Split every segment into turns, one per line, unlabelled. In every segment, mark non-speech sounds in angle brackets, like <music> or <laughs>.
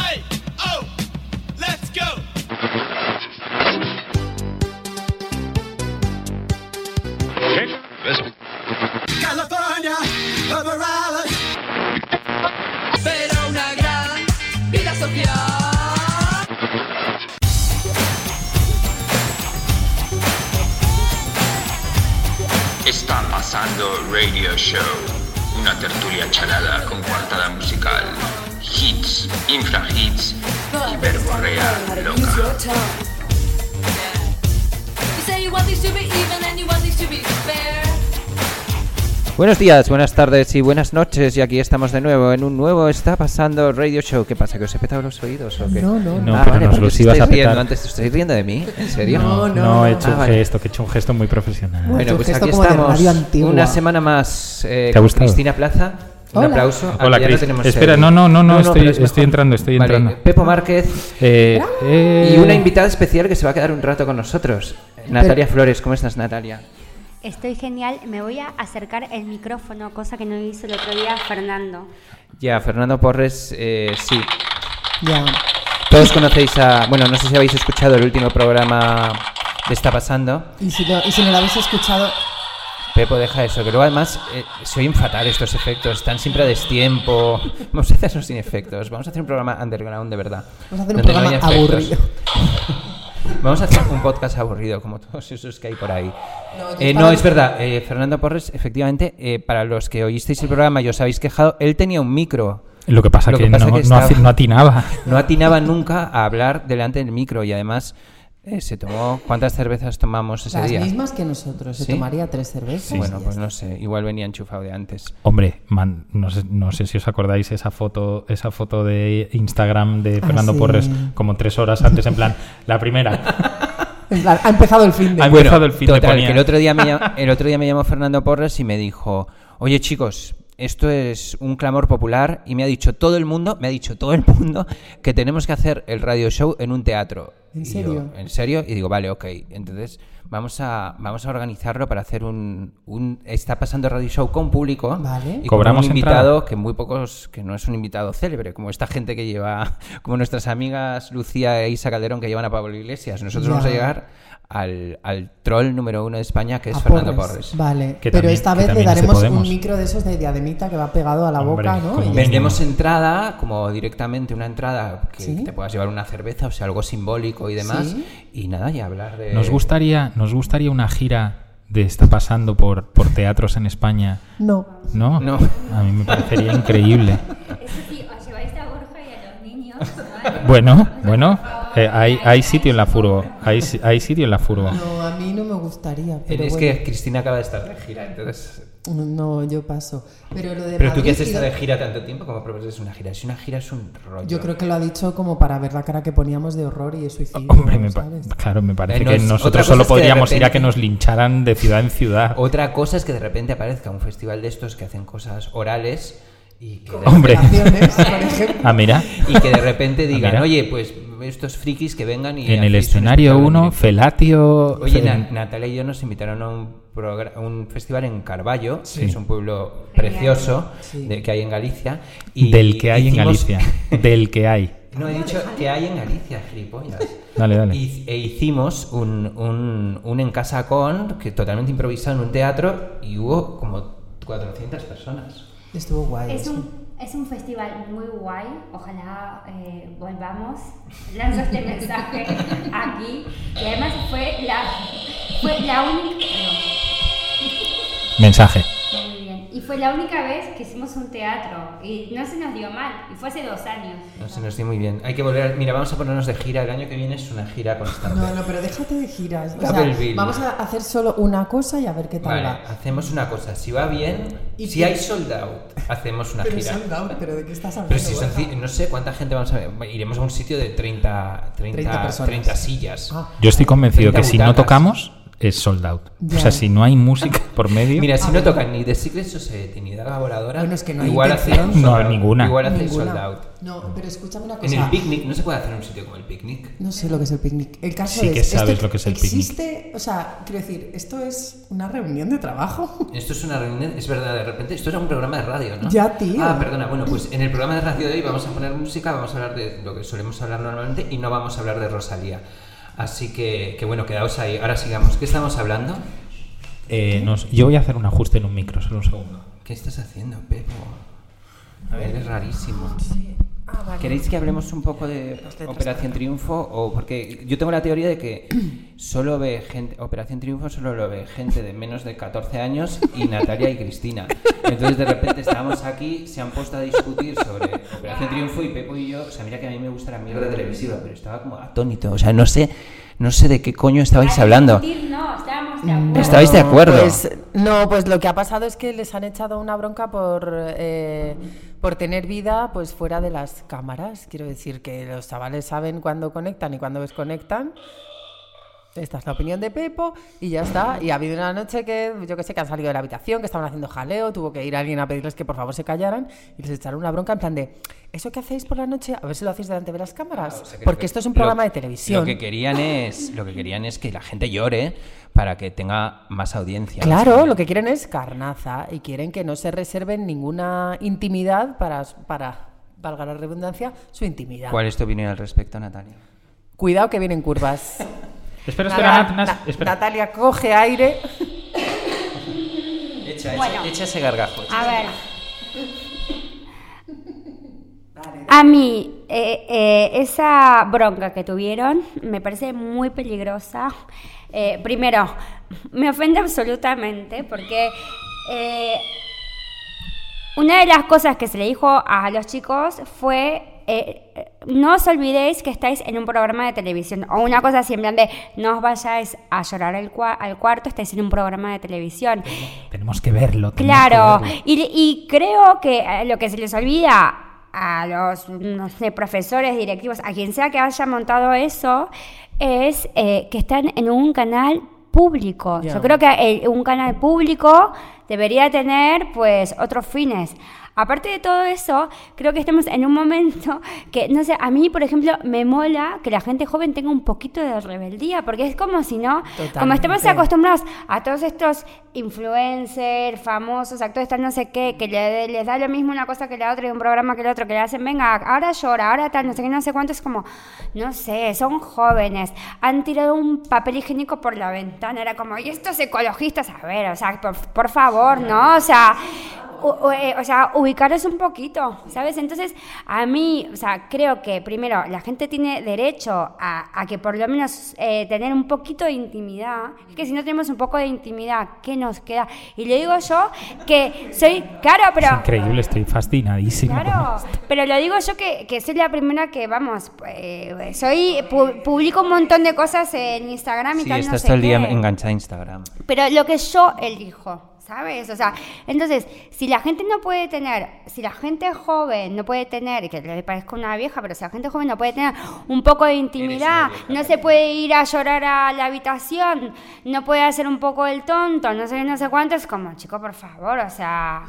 Hey, oh, let's go. California, Rhode Island. Será una gran vida social.
Está pasando Radio Show, una tertulia charada con cuartada musical, hits, infrahits y verborrea loca.
You say you want things to be even and you want things to be fair.
Buenos días, buenas tardes y buenas noches. Y aquí estamos de nuevo en un nuevo Está Pasando Radio Show. ¿Qué pasa? ¿Que os he petado los oídos o qué? Ah, No, no,
No, pero nos los ibas a petar.
riendo antes. ¿Os estáis riendo de mí? ¿En serio?
No,
no.
he hecho
Ah,
un
vale.
gesto, que he hecho un gesto muy profesional.
Bueno,
Bueno,
tu
pues
gesto
aquí
como de radio
estamos.
antigua.
Una semana más eh,
¿Te ha
con
gustado?
Cristina Plaza. Un
Hola.
aplauso. Ah,
Hola,
ya
Cris.
tenemos
Espera,
el-
no, no, no, no, estoy-
pero es mejor.
estoy entrando, estoy
Vale,
entrando.
Pepo Márquez
Eh, eh,
y una invitada especial que se va a quedar un rato con nosotros. Natalia Flores, ¿cómo estás, Natalia?
Estoy genial, me voy a acercar el micrófono, cosa que no hizo el otro día Fernando.
Ya, Fernando Porres, eh, sí.
Ya.
Todos conocéis a. Bueno, no sé si habéis escuchado el último programa de Está Pasando.
Y si, lo- y si no lo habéis escuchado,
Pepo, deja eso, que luego además eh, se oyen fatal estos efectos, están siempre a destiempo. <laughs> Vamos a hacerlo sin efectos, vamos a hacer un programa underground de verdad.
Vamos a hacer un
donde no
programa
haya efectos.
aburrido.
Vamos a hacer un podcast aburrido, como todos esos que hay por ahí.
No, yo
Eh,
estaba-
no, es verdad, eh, Fernando Porres, efectivamente, eh, para los que oísteis el programa y os habéis quejado, él tenía un micro.
Lo que pasa
Lo
que,
que pasa
no,
que
no
estaba-
aci- no atinaba.
No atinaba nunca a hablar delante del micro y además eh, se tomó. ¿Cuántas cervezas tomamos ese
las
día?
mismas que nosotros. Se
¿Sí?
tomaría tres cervezas.
Bueno, pues no sé, igual venía enchufado de antes.
Hombre, man, no, sé, no sé si os acordáis esa foto, esa foto de Instagram de
Ah,
Fernando
sí.
Porres como tres horas antes, en plan,
<laughs>
la primera.
En plan, ha empezado el fin de.
Ha
Bueno,
empezado el fin de
total,
ponía.
que el otro día me <laughs> llam- el otro día me llamó Fernando Porres y me dijo, oye chicos, esto es un clamor popular y me ha dicho todo el mundo, me ha dicho todo el mundo que tenemos que hacer el radio show en un teatro.
¿En
Y yo,
serio?
en serio y digo, vale, ok, entonces vamos a vamos a organizarlo para hacer un, un- está pasando radio show con público
Vale.
y cobramos
¿Cobramos
un
entrada?
invitado que muy pocos que no es un invitado célebre, como esta gente que lleva <laughs> como nuestras amigas Lucía e Isa Calderón que llevan a Pablo Iglesias. Nosotros
Ya.
vamos a llegar al, al troll número uno de España, que es
A
Fernando
porres.
Porres.
Vale.
Que
Pero
también-
esta
que
vez le
también es de
daremos un
Podemos.
micro de esos de diademita que va pegado a la
Hombre,
boca, ¿no?
como
Y ya
ven-
Vendemos entrada, como directamente una entrada que
Sí.
que te puedas llevar una cerveza, o sea, algo simbólico y demás.
Sí.
Y nada, y hablar de...
Nos gustaría, nos gustaría una gira de está pasando por, por teatros en España.
está. No.
¿No?
No.
A mí me parecería increíble.
Eso sí, os lleváis a Borja y a los niños.
Bueno, bueno, eh, hay, hay sitio en la furgo. Hay, si- hay sitio en la furgo.
No, a mí no me gustaría.
Eh,
Pero
es
bueno,
que Cristina acaba de estar de gira, entonces...
No, yo paso. Pero lo de.
Pero tú
Madrid
que has
y
estado
lo-
de gira tanto tiempo, como propones una gira? Si una gira es un rollo.
Yo creo que lo ha dicho como para ver la cara que poníamos de horror y de suicidio.
Hombre, me
<laughs>
pa-
¿sabes?
claro, me parece
Eh, no
que
es- otra
nosotros
cosa
solo
es que de
podríamos ir a que
repente-
nos lincharan de ciudad en ciudad.
Otra cosa es que de repente aparezca un festival de estos que hacen cosas orales y que... de
<laughs> Hombre.
Relaciones, por ejemplo.
Ah, mira.
y que de repente digan,
mira.
oye, pues estos frikis que vengan y...
<laughs> En el
hacéis un
escenario
espectáculo
1,
en directo".
Felatio.
Oye,
Fel-
Na- Natalia y yo nos invitaron a un, progra- a un festival en Carballo,
Sí.
que es un pueblo precioso
Sí.
de, que hay en Galicia. Y
del que hay en
hicimos- <laughs>
Galicia. Del que hay.
No, he dicho que hay en Galicia, gilipollas.
Dale, dale.
Y- e hicimos un, un, un en casa con, que totalmente improvisado en un teatro, y hubo como 400 personas.
Estuvo guay.
Es
eso.
un, es un festival muy guay, ojalá eh, volvamos. Lanzo este mensaje aquí. Y además fue la, fue la única.
Mensaje.
no, muy bien. Y fue la única vez que hicimos un teatro. Y no se nos dio mal. Y fue hace dos años.
No se nos dio muy bien. Hay que volver. a- Mira, vamos a ponernos de gira. El año que viene es una gira constante.
No, no, pero déjate de giras. O sea,
Double bill.
vamos a hacer solo una cosa y a ver qué tal
Vale,
va.
hacemos una cosa. Si va bien,
Y
si
si-
hay sold out, hacemos una
Pero
gira.
sold out, pero ¿de qué estás hablando?
Pero si son
Borja?
ci- no sé cuánta gente vamos a ver. Iremos a un sitio de 30, 30,
30 personas.
30 sillas.
Ah,
Yo estoy convencido
30
que si no
butacas.
tocamos, es sold out.
Ya.
O sea, si no
<laughs>
hay música por medio,
Mira, si no tocan ni The Secret Society ni Daga Voladora,
Ah, Bueno, es que no hay
igual
intención.
hacen sold
No,
out,
ninguna.
Igual hacen
Ninguna.
sold out.
No, pero escúchame una
En
cosa.
el picnic, no se puede hacer en un sitio como el picnic.
No sé lo que es el picnic. El caso
Sí
es,
que sabes
esto
lo que es el picnic.
Existe, o sea, quiero decir, esto es una reunión de trabajo.
Esto es una reunión, es verdad, de repente. Esto era un programa de radio, ¿no?
Ya, tío.
Ah, perdona, bueno, pues en el programa de radio de hoy vamos a poner música, vamos a hablar de lo que solemos hablar normalmente y no vamos a hablar de Rosalía. Así que, que bueno, quedaos ahí. Ahora sigamos. ¿Qué estamos hablando?
eh, nos- yo voy a hacer un ajuste en un micro, solo un segundo.
¿Qué estás haciendo, Pepo? A ver, Ah, es rarísimo. ¿Queréis que hablemos un poco de Operación Triunfo? O porque yo tengo la teoría de que <clears throat> solo ve gente, Operación Triunfo solo lo ve gente de menos de 14 años y Natalia y Cristina. Entonces de repente estábamos aquí, se han puesto a discutir sobre Operación Triunfo y Pepo y yo, o sea, mira que a mí me gusta la mierda televisiva, pero estaba como atónito, o sea, no sé, no sé de qué coño estabais
Al
hablando.
discutir, no, estábamos de acuerdo.
¿Estabais de acuerdo?
Pues, no, pues lo que ha pasado es que les han echado una bronca por, eh, por tener vida pues fuera de las cámaras. Quiero decir que los chavales saben cuándo conectan y cuándo desconectan. Esta es la opinión de Pepo y ya está. Y ha habido una noche que, yo que sé, que han salido de la habitación, que estaban haciendo jaleo, tuvo que ir alguien a pedirles que por favor se callaran y les echaron una bronca en plan de, ¿eso que hacéis por la noche? A ver si lo hacéis delante de las cámaras.
O sea, que lo
Porque
que-
esto es un
lo-
programa de televisión.
Lo que querían es, lo que querían es que la gente llore para que tenga más audiencia.
Claro, lo que quieren es carnaza y quieren que no se reserven ninguna intimidad para, para valga la redundancia, su intimidad.
¿Cuál es tu opinión al respecto, Natalia?
Cuidado que vienen
<laughs>
curvas.
Espera,
Nada,
espera, Nat, Nat,
Na-
espera.
Natalia coge aire.
Echa,
Bueno.
ese gargajo.
A ver. A mí, eh, eh, esa bronca que tuvieron me parece muy peligrosa. Eh, primero, me ofende absolutamente porque eh, una de las cosas que se le dijo a los chicos fue... eh, no os olvidéis que estáis en un programa de televisión o una cosa así en plan de no os vayáis a llorar al, cua- al cuarto, estáis en un programa de televisión.
Tenemos que verlo. tenemos que
Claro,
verlo.
y, y creo que eh, lo que se les olvida a los no sé, profesores, directivos, a quien sea que haya montado eso, es eh, que están en un canal público.
Ya.
Yo creo que el- un canal público debería tener pues otros fines. Aparte de todo eso, creo que estamos en un momento <laughs> que, no sé, a mí, por ejemplo, me mola que la gente joven tenga un poquito de rebeldía, porque es como si no, como estamos
Totalmente.
acostumbrados acostumbrados a todos estos influencers, famosos, actores, tal no sé qué, que le- les da lo mismo una cosa que la otra y un programa que el otro, que le hacen, venga, ahora llora, ahora tal, no sé qué, no sé cuánto, es como, no sé, son jóvenes, han tirado un papel higiénico por la ventana, era como, y estos ecologistas, a ver, o sea, por, por favor, ¿no? O sea... u- u- eh, o sea, ubicaros un poquito, ¿sabes? Entonces, a mí, o sea, creo que primero la gente tiene derecho a, a que por lo menos eh, tener un poquito de intimidad. Es que si no tenemos un poco de intimidad, ¿qué nos queda? Y le digo yo que soy, claro, pero...
Es increíble, estoy fascinadísimo. con
Claro,
esto.
pero lo digo yo que, que soy la primera que, vamos, eh, soy, pu- publico un montón de cosas en Instagram y
Sí,
tal. no
estás
sé
todo el día
qué
enganchada a Instagram.
pero lo que yo elijo, ¿sabes? O sea, entonces, si la gente no puede tener, si la gente joven no puede tener, que le parezco una vieja, pero si la gente joven no puede tener un poco de intimidad, no se puede ir a llorar a la habitación, no puede hacer un poco el tonto, no sé, no sé cuánto, es como, chico, por favor, o sea...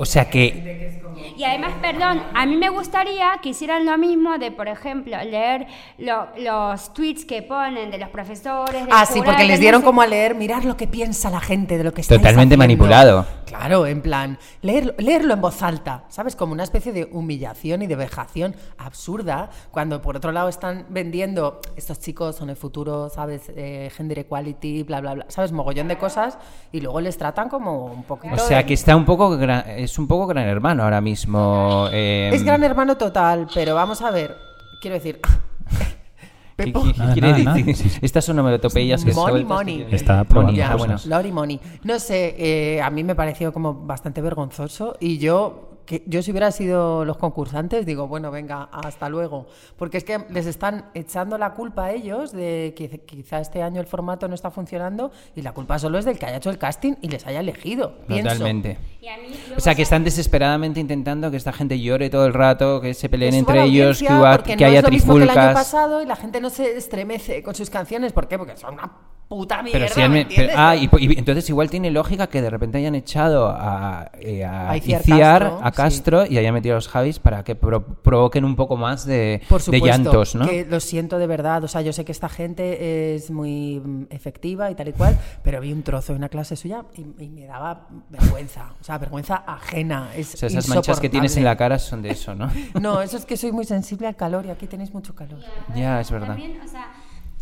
O sea que,
Y además, perdón, a mí me gustaría que hicieran lo mismo de, por ejemplo, leer lo- los tweets que ponen de los profesores. del
Ah, sí,
jurado,
porque les
no
dieron
sé-
como a leer, mirar lo que piensa la gente de lo que está
Totalmente manipulado.
Claro, en plan, leerlo, leerlo en voz alta, ¿sabes? Como una especie de humillación y de vejación absurda, cuando por otro lado están vendiendo, estos chicos son el futuro, ¿sabes? Eh, gender equality, bla, bla, bla, ¿sabes? Mogollón de cosas, y luego les tratan como un poquito...
o sea
de-
que está un poco, gran- es un poco gran hermano ahora mismo. eh,
Es gran hermano total, pero vamos a ver, quiero decir...
¿qué-
Pepo.
qué- qué
Ah, Nada,
quiere
nada,
decir?
nada.
Estas son onomatopeyas que
Money,
sueltas que
money.
tiene-
Está
este Money,
probando
ah,
cosas.
bueno.
Lori Money. No sé, eh, a mí me pareció como bastante vergonzoso y yo que yo si hubiera sido los concursantes, digo, bueno, venga, hasta luego. Porque es que les están echando la culpa a ellos de que quizá este año el formato no está funcionando y la culpa solo es del que haya hecho el casting y les haya elegido. pienso.
Totalmente.
Y a mí luego
O sea, que
sale-
están desesperadamente intentando que esta gente llore todo el rato, que se peleen
Que suba
entre
la
ellos, que,
audiencia,
huba-
porque
que
no
haya
es lo mismo que el año
trifulcas.
pasado y la gente no se estremece con sus canciones. ¿Por qué? Porque son una puta mierda.
Pero si han-
¿me
pero-
entiendes?
ah, y, y- entonces igual tiene lógica que de repente hayan echado a, eh, a
A Iciar
Iciar,
Castro,
a Castro, y hayan metido a los Javis para que pro- provoquen un poco más de,
Por
de
supuesto,
llantos, ¿no?
que lo siento de verdad. O sea, yo sé que esta gente es muy mm, efectiva y tal y cual, pero vi un trozo de una clase suya y, y me daba vergüenza. O sea, vergüenza ajena. Es
O sea, esas manchas que tienes en la
insoportable.
cara son de eso,
<laughs>
¿no?
No, eso es que soy muy sensible al calor y aquí tenéis mucho calor.
Ya, es verdad.
También, o sea,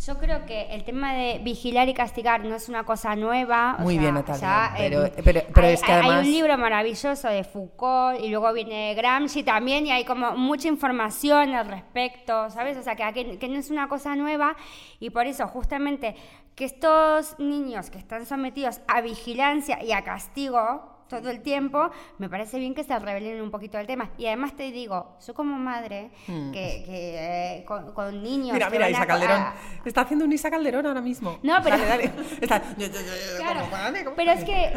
yo creo que el tema de vigilar y castigar no es una cosa nueva. o
Muy
sea,
bien, Natalia,
ya,
pero-
eh,
pero- pero
hay,
es que
hay-
además-
hay un libro maravilloso de Foucault y luego viene Gramsci también y hay como mucha información al respecto, ¿sabes? O sea, que, aquí- que no es una cosa nueva y por eso justamente que estos niños que están sometidos a vigilancia y a castigo todo el tiempo, me parece bien que se rebelen un poquito del tema. Y además te digo, yo como madre, que, que, eh, con, con niños...
Mm. Mira,
que
mira,
van a-
Isa Calderón.
a-
Está haciendo un Isa Calderón ahora mismo.
No, pero-
Dale,
<laughs>
dale. Está-
Claro,
como, dale, como-
pero es que,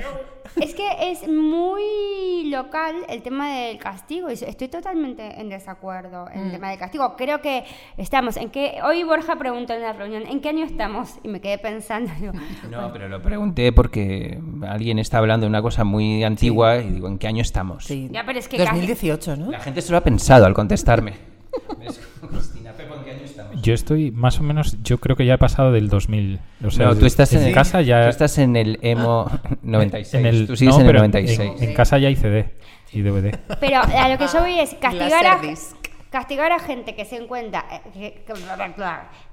es que es muy local el tema del castigo. y Estoy totalmente en desacuerdo en el tema del castigo. Creo que estamos en que. Hoy Borja preguntó en la reunión: ¿en qué año estamos? Y me quedé pensando. digo,
No, pero lo pregunté porque alguien está hablando de una cosa muy antigua y digo, ¿en qué año estamos?
Sí.
Ya, pero es que
2018, ¿no?
La gente se lo ha pensado al contestarme. Es como, Cristina, Pepo, ¿en qué año estamos?
Yo estoy más o menos, yo creo que ya he pasado del 2000. O sea,
no, tú estás
pues, en,
en el-
casa ya.
tú estás en el emo 96.
<laughs> en el-
tú sigues
no,
en el
pero en-
96.
En, casa ya hay CD y DVD.
Pero a lo que yo voy es castigar a,
Laserdisc.
castigar a gente que se encuentra. eh, que- que-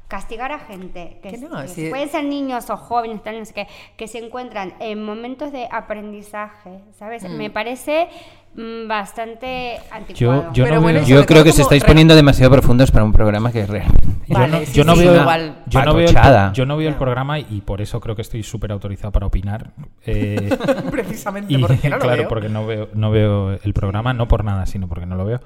Castigar a gente que,
Que no,
que
si-
pueden ser niños o jóvenes, tal, no sé qué, que se encuentran en momentos de aprendizaje, ¿sabes? Me parece mm, bastante anticuado.
yo
Pero
no
bueno,
veo-
y
Yo
sobre
creo
todo
que se
como
estáis
re-
poniendo demasiado profundos para un programa que es <laughs> realmente.
Yo
Vale,
no,
sí,
yo no
sí,
veo,
igual.
yo no veo el,
Patochada.
yo no veo el
Ya.
programa y por eso creo que estoy súper autorizado para opinar. Eh,
<laughs> Precisamente
y-
porque no lo
claro,
veo.
porque no veo, no veo el programa, no por nada, sino porque no lo veo.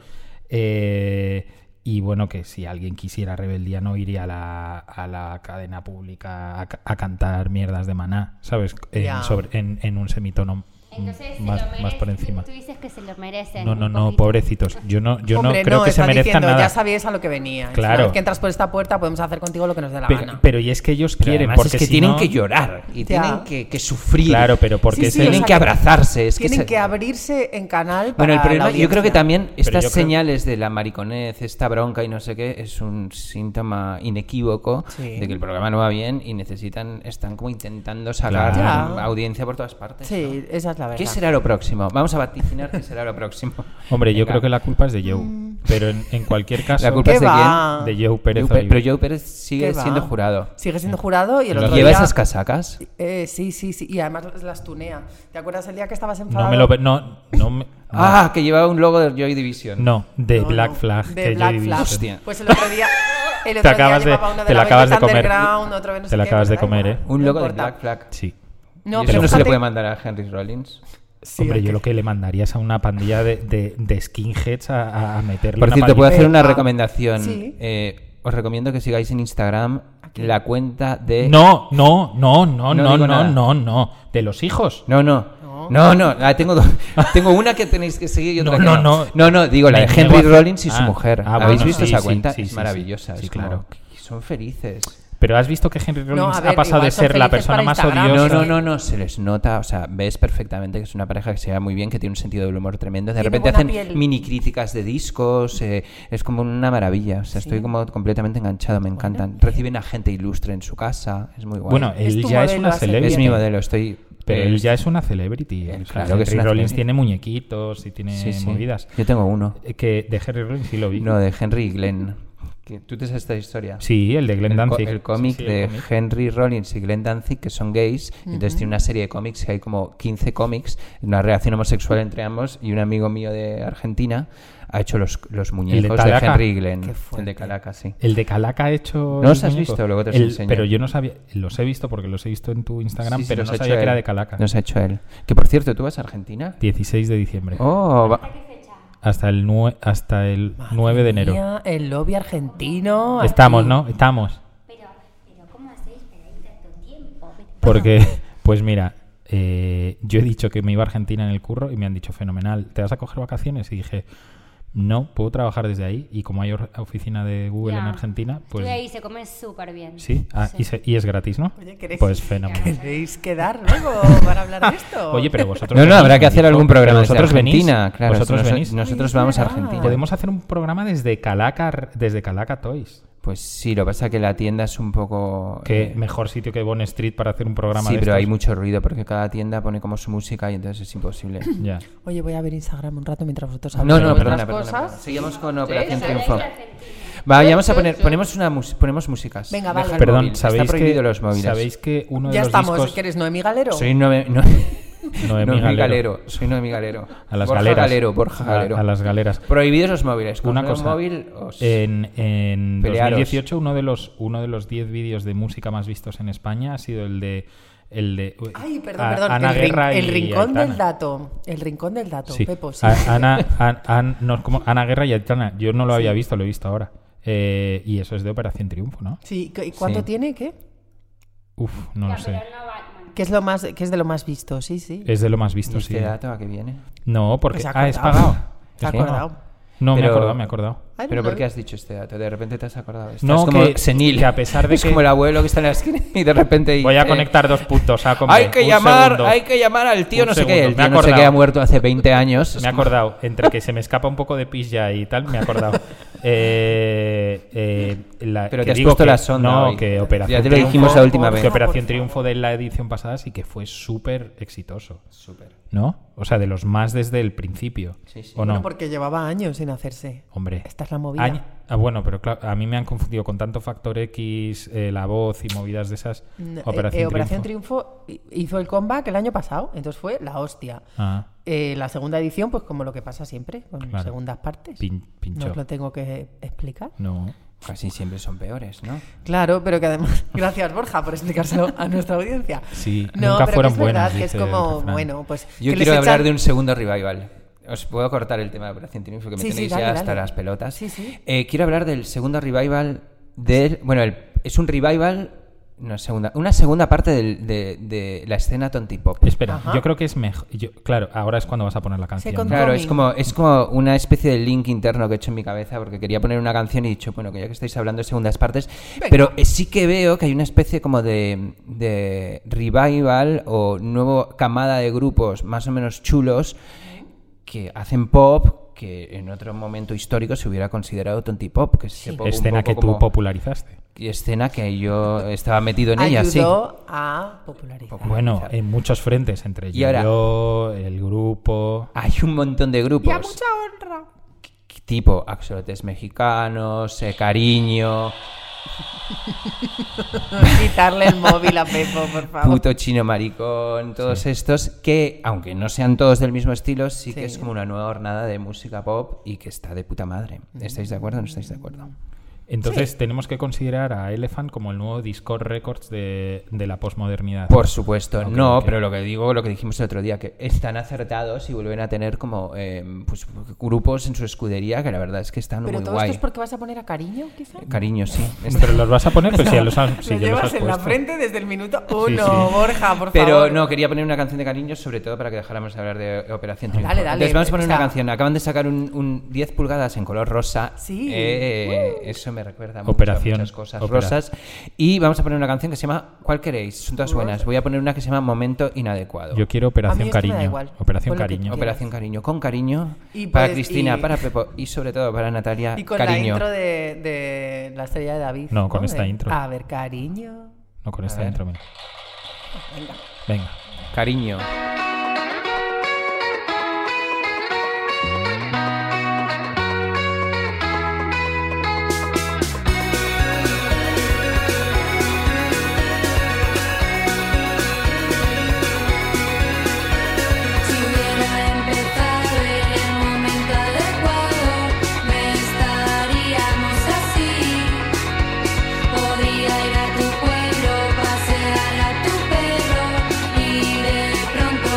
Eh, y bueno, que si alguien quisiera rebeldía no iría a la, a la cadena pública a, ca- a cantar mierdas de maná, ¿sabes? En,
Ya.
sobre- en- en un semitono
Entonces, se
más,
lo merece-
más por encima.
Tú dices que se lo merecen.
No,
un
no, no,
poquito.
pobrecitos. Yo no, yo
Hombre,
no creo que se
estás
merezcan
diciendo,
nada.
Ya sabíais a lo que venía. Es
Claro.
Una vez que entras por esta puerta podemos hacer contigo lo que nos dé la
Pe- pero,
gana.
y es que ellos
Pero
quieren
además
porque
es que
si
tienen
no-
que llorar y
Ya.
tienen que, que sufrir.
Claro, pero porque
Sí,
es
sí,
el-
o
tienen
sea,
que abrazarse. Es que
Tienen
se-
que, abrirse en canal para
Bueno, el
la
problema, yo creo que
audiencia.
también estas
yo creo-
señales de la mariconez, esta bronca y no sé qué, es un síntoma inequívoco
Sí.
de que el programa no va bien y necesitan, están como intentando sacar
Claro. Ya.
audiencia por todas partes.
Sí, esa es la
¿no?
verdad.
¿Qué será lo próximo? Vamos a vaticinar qué será lo próximo.
Hombre, yo
Venga.
creo que la culpa es de Joe. Pero en, en cualquier caso,
La culpa
Mm. ¿Qué
es de
va?
quién?
de Joe Pérez.
Joe Pe-
Oliva.
pero Joe Pérez sigue
¿Qué va?
siendo jurado. Mm.
Sigue siendo jurado y el
Los-
otro
¿Lleva
día-
esas casacas?
Eh, sí, sí, sí. Y además las- las tunea. ¿Te acuerdas el día que estabas enfadado?
no me lo ve- no, no me- no.
Ah, que llevaba un logo de Joy Division.
No, de
No,
Black
no,
Flag.
de
que yo
Black
he
Flag.
visto.
Hostia.
Pues el otro
<laughs>
día. El otro
Te
día
acabas de,
llevaba uno
te la
la
acabas de
Velvet
comer.
Underground, otro de no sé
te la
qué,
acabas de
me da
comer,
igual.
¿eh?
Un
No
logo de
importa.
Black Flag.
Sí.
No,
y eso
pero
no se le
fíjate-
puede mandar a Henry Rollins.
Sí,
Hombre,
hay
yo
que-
lo que le mandarías a una pandilla de, de, de skinheads a, a- a meterle
Por
una
cierto, puedo
paliza.
hacer una
Venga.
recomendación.
Sí.
Eh, os recomiendo que sigáis en Instagram la cuenta de.
No, no, no,
No
no, no,
digo
no,
nada.
no, no, De los hijos.
No, no. No, no. Ah, tengo,
<laughs>
dos- tengo una que tenéis que seguir y otra
No,
que
no,
no.
no.
No, no, digo la
Me
de Henry
niego a-
Rollins y su
Ah,
mujer.
ah,
¿Habéis
bueno,
visto
sí,
esa
sí,
cuenta?
sí,
es
sí,
maravillosa.
sí,
es
claro.
como que son felices.
Pero has visto que Henry Rollins
a ver,
ha pasado
igual
de
son
ser la
felices
persona
para
más
Instagram,
odiosa.
No, no, no, no, se les nota, o sea, ves perfectamente que es una pareja que se lleva muy bien, que tiene un sentido del humor tremendo. De
Tiene
repente
buena
hacen
piel.
mini críticas de discos, eh, es como una maravilla. O sea, estoy como completamente enganchado, me encantan. Reciben a gente ilustre en su casa, es muy guay.
Bueno, él
tu
ya es
modelo
una
a seguir.
celebrity.
es mi modelo, estoy.
Pero
eh,
él ya es una celebrity. ¿eh? O sea,
Claro que es
Henry
una
Rollins
celebrity.
tiene muñequitos y tiene
sí, sí.
movidas.
Yo tengo uno,
Eh, Que de Henry Rollins sí lo vi.
no de Henry Glenn. Que- ¿Tú te sabes esta historia?
Sí, el de Glenn
el, co-
Danzig.
el cómic
Sí, sí, el
de
cómic.
Henry Rollins y Glenn Danzig, que son gays, y entonces tiene una serie de cómics que hay como 15 cómics, una relación homosexual entre ambos, y un amigo mío de Argentina ha hecho los, los muñecos de,
Calaca?
Henry y Glenn, el
fuerte.
de Calaca, sí.
El de Calaca ha hecho.
¿No
el
los has
muñeco?
visto? Luego te los
El-
enseño.
Pero yo no sabía. Los he visto porque los he visto en tu Instagram,
Sí, sí,
pero
los
no
ha
sabía
hecho
que era
él.
de Calaca.
Los ha hecho él. Que por cierto, ¿tú vas a Argentina?
16 de diciembre.
Oh, va-
¿Qué fecha?
hasta el, nue- hasta el 9 de enero.
Mía, el lobby argentino.
Estamos,
aquí.
¿no? Estamos.
Pero, pero ¿cómo hacéis para ir tanto tiempo?
Porque, <laughs> pues mira, eh, yo he dicho que me iba a Argentina en el curro y me han dicho, fenomenal, ¿te vas a coger vacaciones? Y dije, no, puedo trabajar desde ahí. Y como hay or- oficina de Google en
Ya.
Argentina, pues...
Estuve ahí, se come súper bien.
Sí, ah, Y, se- y es gratis, ¿no?
Oye, ¿queréis-
Pues fenomenal.
¿Queréis quedar luego para hablar de esto?
<laughs> Oye, pero vosotros...
No, no,
venís,
habrá que hacer
Nico,
algún programa
pero
desde
Vosotros
Argentina,
venís,
claro.
Vosotros
noso-
venís.
Nosotros vamos a
verdad.
Argentina.
Podemos hacer un programa desde Calaca, desde Calaca Toys.
Pues sí, lo que pasa es que la tienda es un poco...
Qué
eh,
mejor sitio que Bon Street para hacer un programa
Sí,
de
pero
estos.
hay mucho ruido porque cada tienda pone como su música y entonces es imposible.
<clears throat> Ya.
Oye, voy a ver Instagram un rato mientras vosotros
No,
habláis
no,
de
perdona,
otras
perdona, perdona.
cosas.
Seguimos con Operación
Sí,
Triunfo.
sí, sí.
Vayamos a poner, ponemos una mus- ponemos músicas.
Venga, vale.
Deja el
Perdón,
móvil.
¿sabéis,
Está prohibido
que,
los móviles.
¿sabéis que uno de
Ya
los
estamos.
discos...
¿Que eres Noemí Galero?
Soy
<laughs>
Noemi, no,
Noemí
Noemí
Galero.
Soy Noemi Galero.
A las
Borja
galeras.
Galero, Borja
A-
Galero.
A, las galeras.
Prohibidos los móviles.
Una
Coged un
cosa. Eh,
móvil os-
En, en
Pelearos.
2018 uno de los uno de los 10 vídeos de música más vistos en España ha sido el de el de uy,
Ay, perdón,
a-
perdón.
Ana
el, rin-
Guerra y
el rincón del
Aitana.
dato. El rincón del dato,
Sí.
Pepo. Sí.
A- Ana, An- An- no, ¿cómo? Ana Guerra y Aitana. Yo no lo había visto, lo he visto ahora. Eh, y eso es de Operación Triunfo, ¿no?
Sí, ¿cu- ¿y ¿Cuánto
Sí.
tiene? ¿Qué?
Uf, no lo
Ya, pero
sé.
no va- bueno.
¿Qué es, lo más, qué es de lo más visto? Sí, sí.
Es de lo más
¿Y
visto,
este
sí.
dato a qué viene?
No, porque
Pues se ha
ah, es
acordado.
pagado.
Se ha
Es pagado.
acordado.
No, me he
Pero-
acordado, me he acordado.
I don't
¿Pero por
know.
qué has dicho este dato? De repente te has acordado. Estás
No,
como
que-
senil.
que a pesar de
es
que-
como el abuelo que está en la esquina y de repente... dice,
<laughs> Voy a conectar dos puntos. ah, hombre,
Hay que
un
llamar,
segundo.
hay que llamar al tío
Un
no sé
segundo,
qué.
me
El
he
tío no sé
acordado.
qué ha muerto hace 20 años.
Me he acordado, entre que se me escapa un poco de pis ya y tal, me
<laughs>
he acordado. Eh, eh, la-
Pero
que
te has
digo
puesto
que-
la sonda
No,
hoy.
que Operación
Ya te lo dijimos
Triunfo-
la última vez.
Que Operación Triunfo de la edición pasada sí que fue súper exitoso,
Súper.
¿no? O sea, de los más desde el principio.
Sí, sí.
¿O no?
Bueno, porque llevaba años sin hacerse.
Hombre.
Esta es la movida.
Añ- ah, bueno, pero claro, a mí me han confundido con tanto Factor X, eh, la voz y movidas de esas.
Mm, eh,
Operación
eh, Operación
Triunfo.
Triunfo hi- hizo el comeback el año pasado, entonces fue la hostia.
Ah,
Eh, la segunda edición, pues como lo que pasa siempre, con
Claro.
segundas partes.
pin-
no
pinchó.
os lo tengo que explicar.
No.
Casi siempre son peores, ¿no?
Claro, pero que además. <laughs> Gracias, Borja, por explicárselo a nuestra audiencia.
Sí,
no,
nunca
pero
fueron
que es verdad
buenas,
que es
dice el
como,
refrán.
bueno, pues.
Yo
que les
quiero hablar
echan-
de un segundo revival. Os puedo cortar el tema de Operación Triunfo, que me
Sí, sí,
tenéis
dale,
ya hasta
dale.
las pelotas.
Sí, sí.
Eh, quiero hablar del segundo revival del... Bueno, el- es un revival... Una segunda, una segunda parte del- de, de la escena tontipop.
Espera,
Ajá.
yo creo que es mejor. Claro, ahora es cuando vas a poner la canción.
con-
¿no?
Claro,
Coming.
es como, es como una especie de link interno que he hecho en mi cabeza porque quería poner una canción y he dicho, bueno, que ya que estáis hablando de segundas partes, pero eh, sí que veo que hay una especie como de, de revival o nueva camada de grupos más o menos chulos que hacen pop que en otro momento histórico se hubiera considerado tontipop, que es ese pop un
Escena
poco
que tú
como-
popularizaste.
escena que yo estaba metido en ella, sí.
ayudó a popularizar.
Bueno, en muchos frentes, entre
Ah, Y ahora-
yo, el grupo.
Hay un montón de grupos.
Y a mucha honra.
tipo axolotes mexicanos, eh, cariño,
Quitarle el móvil a Pepo, por favor.
puto chino maricón, todos estos que, aunque no sean todos del mismo estilo, sí, que
Sí.
es como una nueva hornada de música pop y que está de puta madre.
Mm.
¿Estáis de acuerdo o no estáis de acuerdo?
Entonces tenemos que considerar a Elephant como el nuevo Discord Records de, de la posmodernidad.
Por supuesto,
Ok,
no,
ok.
pero lo que digo, lo que dijimos el otro día, que están acertados y vuelven a tener como eh, pues, grupos en su escudería que la verdad es que están
Pero
muy
todo
guay.
esto es porque vas a poner a cariño, quizá.
Cariño, sí.
Pero los vas a poner, pues
<laughs>
si ya los has, sí,
lo
ya los
llevas
has
en la
puesto.
frente desde el minuto uno,
sí.
Borja, por
Pero
favor.
no, quería poner una canción de cariño, sobre todo para que dejáramos de hablar de Operación Triunfo.
Dale, dale.
Entonces vamos a poner
O sea-
una canción. Acaban de sacar un, un 10 pulgadas en color rosa.
Sí. Uh.
Eh, Eso me recuerda mucho
Operación.
a muchas cosas
Opera.
rosas. Y vamos a poner una canción que se llama... ¿Cuál queréis? Son todas buenas. Voy a poner una que se llama Momento Inadecuado.
Yo quiero
esto
Operación
me da
Cariño.
igual.
Operación
Pon lo que
Cariño.
quieras.
Operación Cariño. Con cariño.
Y
para
puedes-
Cristina,
y-
para Pepo y sobre todo para Natalia.
Y con la
cariño.
intro de, de la estrella de David.
No, con esta
De,
intro.
A ver, cariño.
No, con esta
ver.
intro. Venga. Venga.
Cariño.
Si hubiera empezado en el momento adecuado, me estaríamos así. Podría ir a tu pueblo, pasear a tu perro y de pronto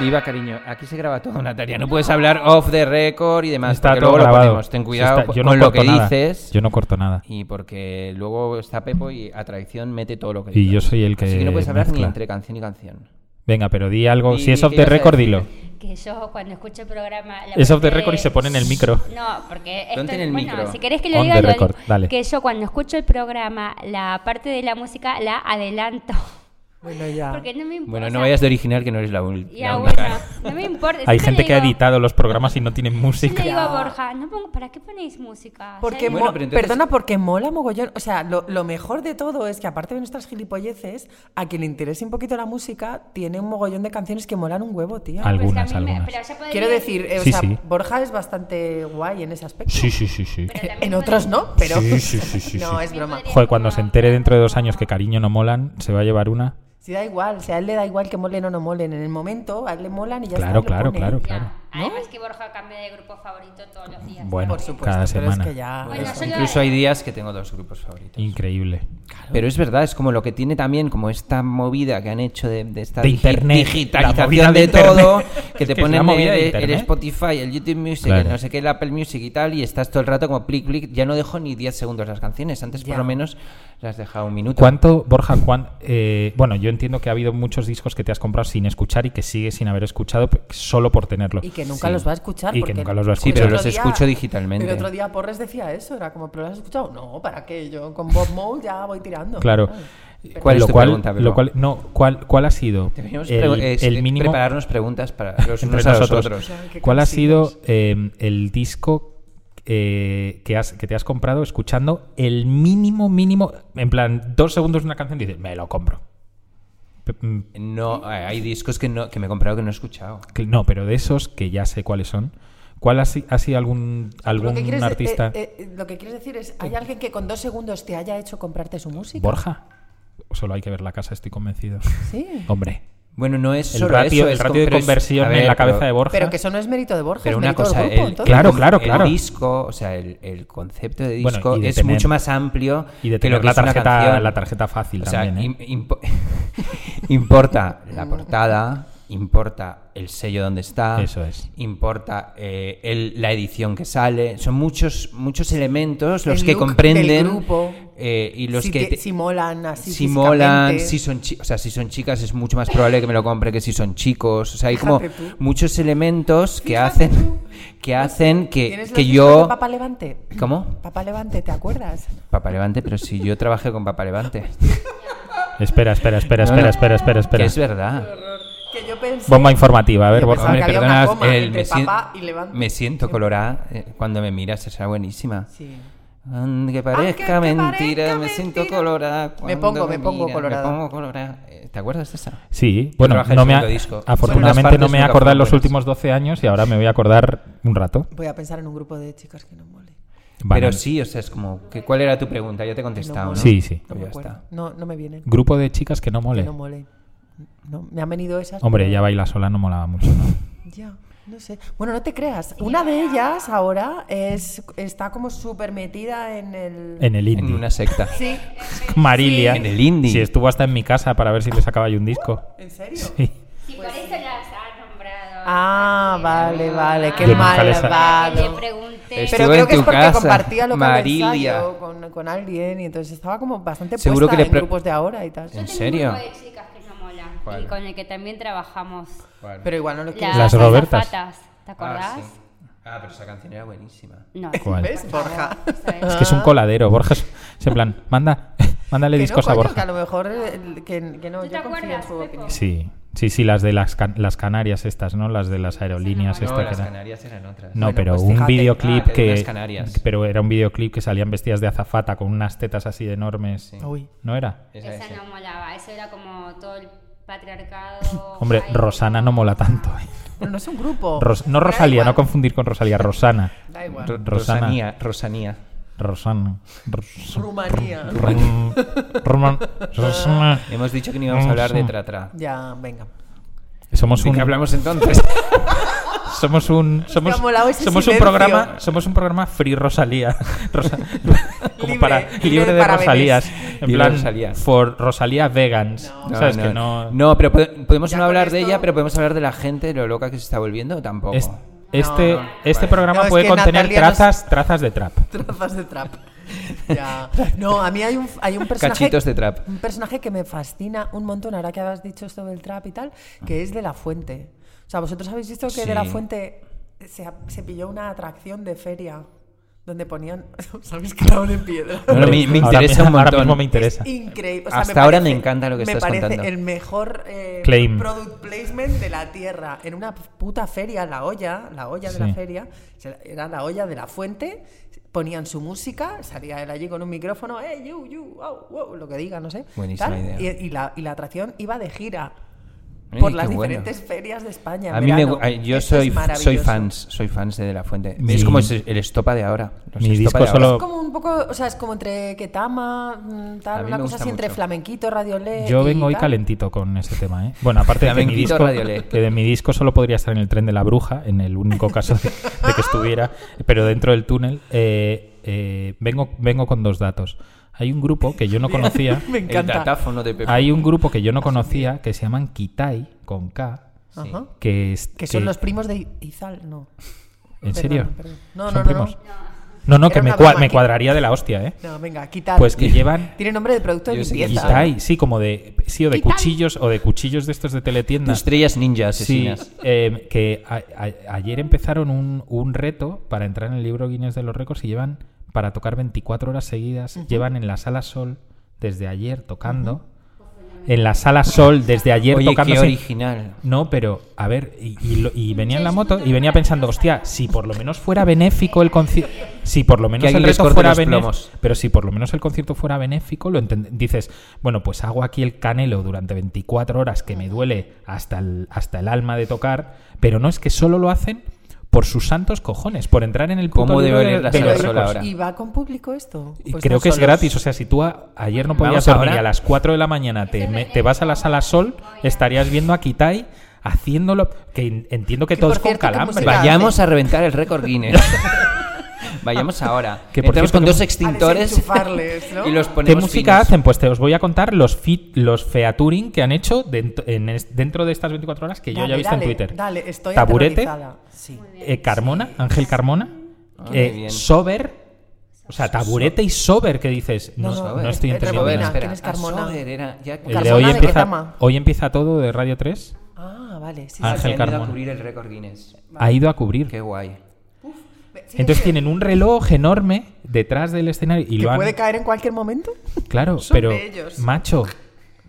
Iba, cariño, aquí se graba todo, Natalia. No puedes hablar off the record y demás.
Está
porque
todo
luego lo
grabado.
ponemos. Ten cuidado
Sí, está- yo no
con lo
corto
que
nada.
dices.
Yo no corto nada.
Y porque luego está Pepo y a traición mete todo lo que
Y yo soy el que
Así que no puedes hablar ni
mezcla.
entre canción y canción.
Venga, pero di algo.
Di-
si es
di
off
que
the
ibas a
record,
decir.
dilo.
Que yo cuando escucho el programa... la
Es off the
parte
record y
de-
se pone en el micro.
No, porque esto,
Ponte en el
bueno,
micro.
si querés que lo
On
diga,
the
lo
record,
digo.
dale.
que yo cuando escucho el programa, la parte de la música la adelanto.
Bueno, ya.
Porque no me importa.
Bueno, no vayas de original que no eres la, ul-
Pues Ya,
la
bueno,
única.
no me importa.
Hay
siempre
gente
le
que ha
digo-
editado los programas y no tienen
Yo le
música.
digo a Borja, no pongo- ¿para qué ponéis música?
Porque
Ya
Bueno,
mo-
pero entonces-
Perdona, porque mola mogollón. O sea, lo, lo mejor de todo es que aparte de nuestras gilipolleces, a quien le interese un poquito la música, tiene un mogollón de canciones que molan un huevo, tío.
Al-
digo, pues que a
algunas,
mí me-
algunas.
pero ya podría-
Quiero decir, eh, o
Sí,
sea,
sí.
Borja es bastante guay en ese aspecto.
Sí, sí, sí, sí.
pero también
En otros
podría-
no, pero...
Sí, sí, sí,
<laughs>
sí,
no,
sí.
es broma.
Joder, cuando se entere dentro de dos años que cariño no molan, se va a llevar una.
Si da igual, o sea, a él le da igual que molen o no molen. En el momento, a él le molan y ya está.
Claro,
lo
claro,
pone.
claro,
Ya,
claro.
Además que Borja cambia de grupo favorito todos los días.
Bueno,
Por supuesto,
cada
pero
semana.
es que Ah, ya...
Bueno,
eso.
yo le-
Incluso hay días que tengo dos grupos favoritos.
Increíble.
Pero es verdad, es como lo que tiene también, como esta movida que han hecho de, de esta
De
digi-
internet, la movida
digitalización
de
de, todo,
internet.
que
<laughs> Es que
te
es la
ponen
movida de
el, el
internet.
Spotify, el YouTube Music,
Claro.
el no sé qué, el Apple Music y tal, y estás todo el rato como clic, clic, ya no dejo ni 10 segundos las canciones, antes por lo menos las dejaba un minuto.
¿Cuánto, Borja, cuán, eh, bueno, yo entiendo que ha habido muchos discos que te has comprado sin escuchar y que sigues sin haber escuchado p- solo por tenerlo.
Y que nunca
Sí.
los va a escuchar.
Y que
porque
nunca los va a
Sí,
escuchar.
pero
otro
los escucho digitalmente.
Pero otro día Porres decía eso, era como, ¿pero lo has escuchado? No, ¿para qué? Yo con Bob Mould ya voy tirando.
Claro.
¿sabes?
¿Cuál es
lo
tu
cual,
pregunta, Bebo?
lo cual, no, ¿cuál, cuál ha sido
Deberíamos
el,
pre- eh,
el mínimo
prepararnos preguntas para los
<laughs> entre
unos a los
nosotros?
otros.
Qué
¿Cuál ha
cansinos.
sido eh, el disco eh, que, has, que te has comprado escuchando el mínimo, mínimo, en plan, dos segundos de una canción y dices, me lo compro? Pe- mm,
No, eh, hay discos que, no, que me he comprado que no he escuchado.
que- No, pero de esos que ya sé cuáles son, ¿cuál ha, si- ha sido algún,
Lo que
algún
quieres de-
artista?
eh, eh, lo que quieres decir es, ¿hay alguien que con dos segundos te haya hecho comprarte su música?
Borja. Solo hay que ver la casa,
<laughs>
estoy convencido.
Sí.
Hombre,
Bueno, no es
el
solo
ratio,
eso,
el
es
ratio
con-
de
pero es-
conversión
a ver,
en la cabeza
pero-
de Borja.
Pero que eso no es mérito de Borja,
Pero
es
una
mérito
cosa,
del grupo,
el,
entonces.
Claro, claro,
el
claro.
disco, o sea, el, el concepto de
Bueno,
disco
y de
es
tener-
mucho más amplio
Y de
que
tener
lo que
la
es una
tarjeta,
canción.
la tarjeta fácil
O sea,
también. ¿eh?
im- impo- <laughs> importa la portada, importa el sello donde está,
Eso es.
importa eh, el- la edición que sale. Son muchos muchos elementos los
El
que
look
comprenden
del grupo.
eh, y los
si
que
te-
te-
si molan así
si molan,
físicamente.
si son chi- o sea, si son chicas es mucho más probable que me lo compre que si son chicos. O sea, hay como
Fíjate tú.
muchos elementos que
Fíjate
hacen <laughs> que hacen que,
¿Tienes los
que
discos de
yo
Papá Levante?
¿Cómo?
Papá Levante, ¿te acuerdas?
Papá Levante, pero si yo trabajé con Papá Levante.
Espera, espera, espera,
No,
espera,
no.
espera, espera,
Que
espera.
es verdad.
Que yo pensé...
Bomba informativa, a ver,
Yo
Borja.
pensaba
Hombre,
que había
perdona,
una coma
el-
entre
eh, me, sien-
papá y Levante.
me siento colorada eh, cuando me miras, será buenísima.
Sí.
Aunque
Aunque
parezca
te
mentira,
parezca
me siento
mentira.
colorada.
Me
cuando
pongo, me pongo
miras,
colorada.
Me pongo colorada. Eh, ¿Te acuerdas de esa?
Sí, bueno,
trabajé
no
el
me ha-
segundo disco. Bueno,
afortunadamente
las
no me he
partes nunca
acordado
fueron
en los
buenas.
últimos 12 años y ahora me voy a acordar un rato.
Voy a pensar en un grupo de chicas que no mole.
Vale.
Pero sí, o sea, es como, que, ¿cuál era tu pregunta? Ya te he contestado, ¿no?
Sí, sí.
No
Pues
me
ya
acuerdo.
está.
No, no me vienen.
Grupo de chicas que no
Que
mole.
no mole. No, me han venido esas.
Hombre,
pero-
ella baila sola no molaba mucho, ¿no?
Ya, no sé. Bueno, no te creas. Una de ellas ahora es está como súper metida en el.
En el
En
indie.
una secta.
Sí.
<laughs> Marilia.
Sí. En el indie.
Sí, estuvo hasta en mi casa para ver si le sacaba yo un disco.
¿En serio?
Sí.
Si por eso las ha nombrado.
Ah, vale, vale. Qué
Yo nunca les-
Para que le
malvado.
pregunte.
Es-
Pero
Estuve
creo
en
que es
tu
porque
casa,
compartía lo
Marilia.
que con, con alguien y entonces estaba como bastante
Seguro
puesta
que le
en
pre-
grupos de ahora y tal.
Yo
¿En
tengo
serio?
Un grupo de chicas que no mola.
¿Cuál?
Y con el que también trabajamos.
Pero igual no lo quieres.
Las Robertas.
azafatas, ¿Te acordás?
Ah, sí. Ah, pero esa canción era buenísima.
No.
<laughs> ¿Cuál?
¿Ves, Borja?
Es que es un coladero, Borja. Es es en plan, manda, <laughs> mándale
Que no,
discos a
coño, Que
Borja.
a lo mejor eh, que, que no,
¿Tú te
yo confío en
acuerdas,
su
Pepo?
opinión.
Sí, sí, sí, las de las, can- las Canarias estas, ¿no? Las de las aerolíneas
No,
esta que
las
era-
Canarias eran otras.
No,
Bueno,
pero
pues
un
fíjate.
videoclip
Ah, de
que.
unas Canarias.
Pero era un videoclip que salían vestidas de azafata con unas tetas así de enormes.
Uy.
¿No era?
Esa,
Esa
esa.
no molaba. Eso era como todo el patriarcado.
Hombre,
Ay,
Rosana no mola tanto. ¿eh?
Pero no es un grupo.
Ros- no
Da
Rosalía, no
igual,
confundir con Rosalía, Rosana.
Da igual.
Ro- Rosana.
Rosanía, Rosanía.
Rosana.
<laughs>
Ros-
Rumanía.
Rom- Roman- Rosana.
Hemos dicho que no íbamos a hablar de Tratra.
Ya, venga.
Somos
¿De <laughs>
un.
qué hablamos entonces?
Somos
<laughs>
un somos,
ha molado ese
somos un
silencio.
programa somos un programa free Rosalía, <laughs> Rosa- como
Libre,
para
libre
libre, de
para
Rosalías,
bebés.
en
Libre
plan
Rosalía.
for Rosalía vegans,
No,
sabes
no,
que no,
no, pero po- podemos
Ya
no
con
hablar de
esto-
ella, pero podemos hablar de la gente, lo loca que se está volviendo, tampoco.
Es- este
No, no,
este
vale.
programa
No, es
puede
que
contener
Natalia nos-
trazas trazas de trap.
<laughs> Trazas de trap. Ya. No, a mí hay un, hay un personaje.
Cachitos de trap.
Un personaje que me fascina un montón, ahora que habéis dicho esto del trap y tal, que es de la fuente. O sea, vosotros habéis visto que de la
Sí.
fuente se, se pilló una atracción de feria donde ponían. <laughs> Os habéis quedado de piedra.
No, no, me, me
Ahora
interesa
mismo-
un montón.
Ahora mismo me interesa.
Increíble. O sea,
Hasta ahora me encanta lo que estás
Me
contando.
parece el mejor eh,
Claim.
product placement de la tierra. En una puta feria, la olla, la olla de
Sí.
la feria, se la- era la olla de la fuente, ponían su música, salía él allí con un micrófono, eh, you, you, wow, wow", lo que diga, no sé.
Buenísima idea.
Y, y la, y la atracción iba de gira.
Ey,
Por las
qué bueno.
diferentes ferias de España. en
A mí me,
verano.
gu- ay, yo
Esto es
soy, soy
maravilloso.
fans, soy fans de De La Fuente.
Mi-
es como el el estopa de ahora. los
mi
estopa
disco
de ahora.
solo-
Es como un poco, o sea, es como entre Ketama, mm,
A
tal,
mí
una
me
cosa
gusta
así entre
mucho.
flamenquito, radiolé.
Yo
eh, y
vengo hoy
tal.
calentito con este tema, ¿eh? Bueno, aparte de que, mi
Flamenquito
disco,
radiolé.
que de mi disco solo podría estar en el tren de la bruja, en el único caso de, de que estuviera, pero dentro del túnel, eh, eh, vengo, vengo con dos datos. Hay un grupo que yo no conocía.
Me
El
encanta.
datáfono de Pepe.
Hay un grupo que yo no conocía que se llaman Kitai, con K,
Ajá.
que es...
Que son
que-
los primos de Izal, no.
¿En
Perdón,
serio?
perdón. No,
¿Son
no, no,
primos? No, no, que
Era
me,
una
cua-
broma
me
aquí.
cuadraría de la hostia, ¿eh?
No, venga, quitar.
Pues que llevan...
Tiene ¿eh? nombre de producto de
Yo sé que
limpieza.
Kitai, sí, como de... Sí, o de
Kitai.
cuchillos, o de cuchillos de estos de
De
teletienda.
estrellas ninja
Sí,
asesinas.
eh, que a- a- ayer empezaron un, un reto para entrar en el libro Guinness de los récords y llevan, para tocar 24 horas seguidas, llevan en la sala Sol desde ayer tocando. En la sala Sol desde ayer
Oye,
tocando.
qué original.
No, pero, a ver, y, y lo- y venía en la moto y venía pensando, hostia, si por lo menos fuera benéfico el concierto, si por lo menos
alguien
el
les
reto
corte
fuera
los
benéfico,
plomos.
pero si por lo menos el concierto fuera benéfico, lo enten- dices, bueno, pues hago aquí el canelo durante 24 horas que me duele hasta el, hasta el alma de tocar, pero no es que solo lo hacen por sus santos cojones, por entrar en el puto
¿Cómo
libro
debe
de-
oler la
de
sala
los
Sol
récords.
ahora?
¿Y va con público esto?
Y
Pues
creo
no
que es
solos.
gratis, o sea, si tú a- ayer no
Vamos
podías dormir
ahora.
y a las 4 de la mañana te, me- te vas a la sala sol, estarías viendo a Kitai haciéndolo, que en- entiendo que
Que
todo
por
es con
cierto, que
calambre.
música-
Vayamos a reventar el récord Guinness. Vayamos ahora.
Que por
Entramos
cierto
con
que-
dos
A
extintores
desenchufarles,
<laughs>
¿no?
y los
¿Qué
ponemos
música
finos.
hacen? Pues te os voy a contar los fit, los featuring que han hecho dentro, en es- dentro de estas 24 horas que yo ya
Dale,
he visto
dale,
en Twitter.
Dale, estoy
Taburete,
aterrorizada. Sí.
eh, Carmona, Ángel Carmona,
Ah,
eh,
muy bien.
Sober, o sea, Taburete y Sober que dices, no,
No, no,
no estoy
eh,
entendiendo
rebobina,
nada.
espera. ¿quién es Carmona?
Ah, Soder era- ya-
El de
Carmona
hoy
de
empieza,
Ketama.
hoy empieza todo de Radio 3.
Ah, vale. Sí, sí,
Ángel
Se han ido
Carmona.
a cubrir el récord Guinness.
Ha ido a cubrir.
Qué guay.
Entonces tienen un reloj enorme detrás del escenario y
¿Que
lo han...
puede caer en cualquier
<laughs>
momento?
Claro,
Son
pero
de ellos.
macho,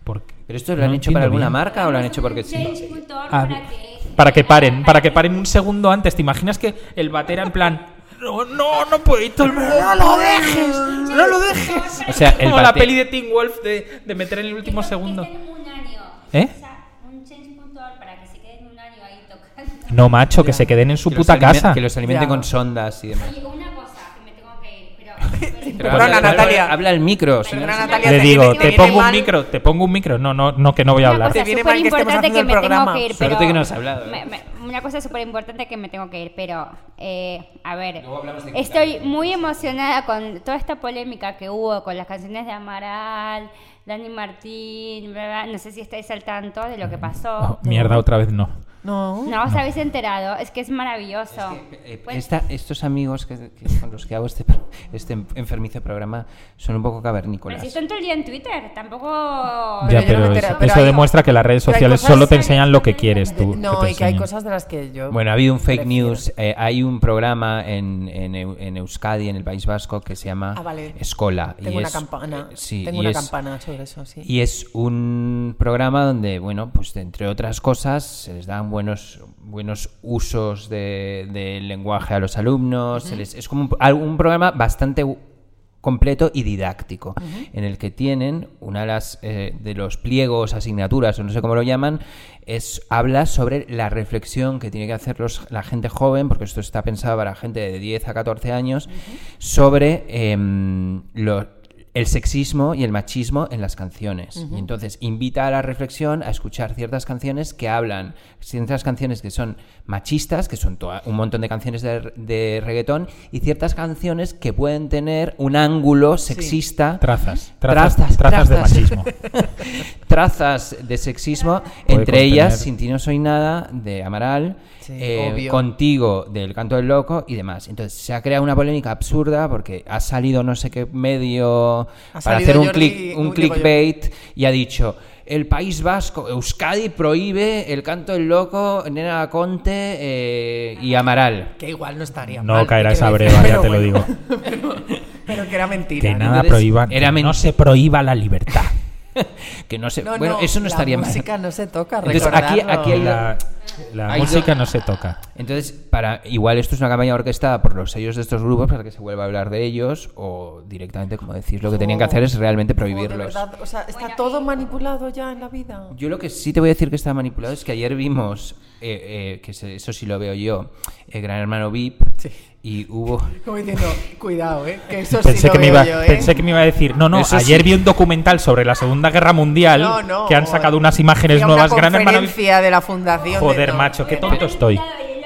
¿por qué?
¿Pero esto lo
No
han hecho para alguna
entiendo bien.
marca o lo han hecho porque sí?
Change.org
Ah,
para que-
para que paren, para que paren un segundo antes. ¿Te imaginas que el batera en plan no, no, no puedo ir todo el- no lo dejes, no lo dejes? <laughs>
O sea, el
Como la
bate-
peli de Teen Wolf de, de meter en el último
Que se
segundo.
queden un año.
¿Eh?
O sea, un change.org para que se queden un año ahí tocando.
No, macho, que se queden en su
Que los
puta
alime-
casa.
Que los alimenten
Ya.
con sondas y demás.
Oye, una cosa que me tengo que ir,
<laughs>
pero.
Pero
Perdona,
habla- habla-
Natalia.
Habla el micro. señor.
Perdona, Natalia,
Le
te
digo,
viene-
te
viene
pongo un
mal.
micro, te pongo un micro. No, no, no, que no voy a hablar.
Una cosa
Te viene mal
súper
que estemos
importante
haciendo
que
el
me tengo
programa.
que ir, pero...
Suerte que no has hablado, ¿eh?
Me- me- una cosa súper importante que me tengo que ir, pero... eh, a ver,
Luego hablamos de
estoy muy emocionada con toda esta polémica que hubo con las canciones de Amaral, Dani Martín, bla, bla, no sé si estáis al tanto de lo que
Oh,
pasó.
mierda, otra vez no.
No.
No os habéis enterado, es que es maravilloso.
Eh, eh,
Pues-
esta- estos amigos que, que- con los que hago este, pro- este en- enfermizo programa son un poco
pero
cavernícolas.
si
Pues
están todo el día en Twitter, tampoco...
yo
Ya,
no
pero
me
es-
entero, pero
eso
hay-
demuestra que las redes
pero hay
sociales
cosas-
solo te enseñan lo que quieres tú.
No,
te
y que hay
enseñan.
cosas de las que yo...
Bueno, ha habido un fake
prefiero.
news. eh, hay un programa en, en Eu- en Euskadi, en el País Vasco, que se llama
Ah, vale.
Escola.
Tengo
y
una
es-
campana.
eh, sí, y
Tengo una
es-
campana sobre eso, sí.
Y es un programa donde, bueno, pues entre otras cosas, se les dan buenos, buenos usos de- del lenguaje a los alumnos. se les- es como un, al- un programa bastante u- completo y didáctico, en el que tienen una de las eh, de los pliegos, asignaturas, o no sé cómo lo llaman, es habla sobre la reflexión que tiene que hacer los- la gente joven, porque esto está pensado para gente de 10 a 14 años, sobre em, lo- el sexismo y el machismo en las canciones. Y entonces invita a la reflexión a escuchar ciertas canciones que hablan, ciertas canciones que son machistas, que son toa- un montón de canciones de, de reggaetón, y ciertas canciones que pueden tener un ángulo sexista.
Trazas, trazas, trazas, de <laughs> machismo.
trazas de sexismo,
Puede
entre ellas
contener-
Sin ti no soy nada, de Amaral,
Sí,
eh,
obvio.
Contigo, del Canto del Loco y demás. Entonces se ha creado una polémica absurda porque ha salido no sé qué medio
Ha
para
salido
hacer un,
Jordi-
click, un
un- digo yo.
clickbait y ha dicho... El País Vasco, Euskadi prohíbe el canto del loco, Nena Conte eh, y Amaral. <laughs>
Que igual no estaría
No
mal,
caerá esa
quiero decir,
breva,
pero
ya te lo
bueno. <laughs>
digo.
pero, pero que era mentira.
Que
¿no?
nada
entonces,
prohíba,
era
que no
ment-
se prohíba la libertad.
que no sé,
No,
bueno,
no,
eso no
la
estaría mal.
música no se toca,
Entonces, aquí-
recordadlo.
aquí hay la-
La, la
Hay
música
dos-
no se toca.
Entonces, para igual esto es una campaña orquestada por los sellos de estos grupos para que se vuelva a hablar de ellos o directamente, como decís, lo que tenían que hacer es realmente
Como de
prohibirlos.
verdad, o sea, está todo manipulado ya en la vida.
Yo lo que sí te voy a decir que está manipulado es que ayer vimos, eh, eh, que se- eso sí lo veo yo, eh, Gran Hermano VIP
Sí.
y hubo...
Como diciendo, cuidado, ¿eh? Que eso sí
Pensé,
lo
que me
veo
iba,
yo, ¿eh?
pensé que me iba a decir, no, no,
Eso
ayer
sí.
vi un documental sobre la Segunda Guerra Mundial
No, no,
que han
o-
sacado unas imágenes
Había
nuevas,
una
gran hermano.
conferencia de la fundación. de-
Joder,
no.
macho,
Eh,
qué tonto estoy.
El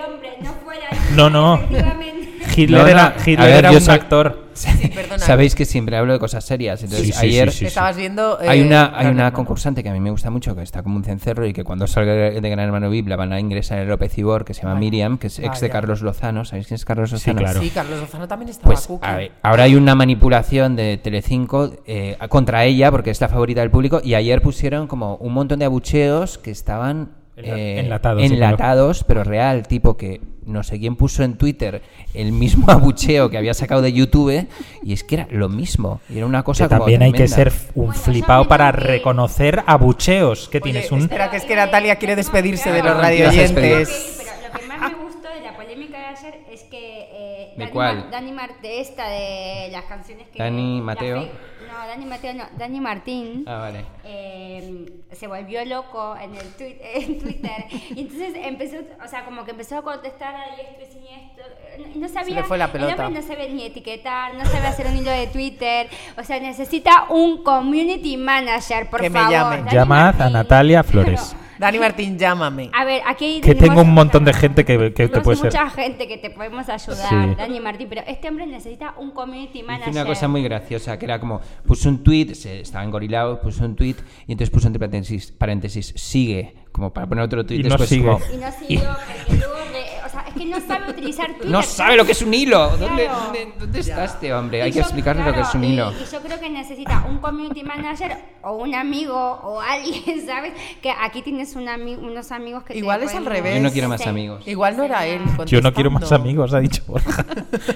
hombre no fuera.
No, no.
Efectivamente.
Hitler
No, no,
era,
a
Hitler
ver,
era
yo
un
soy-
actor.
Sí, perdona.
Sabéis que siempre hablo de cosas serias, entonces
Sí, sí,
ayer...
sí, sí, sí.
Estabas viendo.
Hay
eh,
una, hay
Gran
una
Hermano.
concursante que a mí me gusta mucho, que está como un cencerro y que cuando salga de Gran Hermano VIP la van a ingresar en López Ibor, que se llama
Vaya.
Miriam, que es ex de
Vaya.
Carlos Lozano. ¿Sabéis quién es Carlos Lozano?
claro.
Sí, Carlos Lozano también estaba
Pues
cuca.
a ver, ahora hay una manipulación de Telecinco eh, contra ella porque es la favorita del público y ayer pusieron como un montón de abucheos que estaban
Enla-
eh,
enlatados, sí,
enlatados, pero real, tipo que no sé quién puso en Twitter el mismo <laughs> abucheo que había sacado de YouTube y es que era lo mismo y era una cosa
Que
como
también hay que
tremenda.
ser f- un
Bueno,
flipado
ya
para
me-
reconocer abucheos. Que tienes
Oye,
un.
Espera, que es que Natalia quiere despedirse de los
Te vas a despedir.
radioyentes.
Pero lo que más me gustó de la polémica de ayer es que eh,
¿De
Dani,
cuál?
Mar- Dani Marte, esta de las canciones que...
Dani
la
Mateo.
fe- no, Dani Mateo no, Dani Martín.
Ah, vale.
eh, se volvió loco en el tui- <laughs> en Twitter y entonces empezó o sea como que empezó a contestar a diestro y siniestro eh, y no sabía
le fue la
el
pelota.
hombre no sabe ni etiquetar no sabe hacer un hilo de Twitter o sea necesita un community manager por
Que me
favor
llamen.
Dani
Llamad a
Martín.
Natalia Flores.
Dani Martín, llámame.
A ver, aquí
Que
tenemos-
tengo un montón de gente que- que te
tenemos
puede ser.
mucha gente que te podemos ayudar,
Sí.
Dani Martín, pero este hombre necesita un community
Hice
manager.
una cosa muy graciosa, que era como, puso un tweet, se estaba engorilado, puso un tweet y entonces puso entre paréntesis, paréntesis sigue, como para poner otro tweet
Y no
después
sigue.
como,
Y no siguió, porque luego re- o sea, es que no sabe utilizar Twitter.
no sabe lo que es un hilo, ¿dónde,
Claro.
dónde, dónde está este hombre?
Y
Hay que
yo-
explicarle lo que
claro,
es un hilo.
Y, y yo creo que necesita un community manager o un amigo o alguien, <laughs> ¿sabes? Que aquí tienes un ami- unos amigos que te
Igual es
pueden-
al revés.
Yo no quiero más
Sí.
amigos.
Igual no era él.
Yo no quiero más
contestando.
amigos, ha dicho Borja.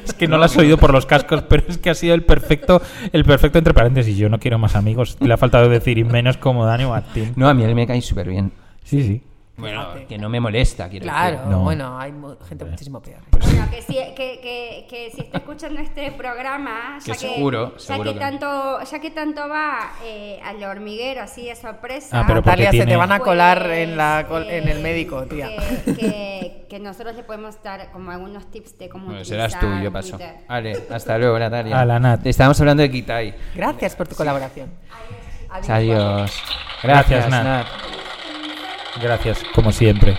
Es que no lo has oído por los cascos, pero es que ha sido el perfecto, el perfecto entre paréntesis. Yo no quiero más amigos. Le ha faltado decir y menos como Dani Martín.
No, a mí él me cae súper bien.
Sí, sí.
Bueno, que no me molesta, quiero
Claro,
decir.
No.
bueno, hay mu- gente muchísimo peor.
Bueno, que si, que, que, que si está escuchando este programa,
Que
ya que,
seguro,
ya
seguro
que,
que-
tanto, ya que tanto va eh, al hormiguero así de sorpresa.
Ah, pero porque
Natalia, se
tiene-
te van a
pues,
colar en, la, col-
eh,
en el médico, tía.
Que, que- que nosotros le podemos dar como algunos tips de cómo
Bueno,
utilizar
serás tú, yo paso.
Twitter.
Vale, hasta luego, Natalia.
A la Nat.
Te estábamos hablando de Kitai.
Gracias por tu colaboración. Adiós.
Adiós. Gracias,
Gracias, Nat.
Nat.
Gracias, como siempre.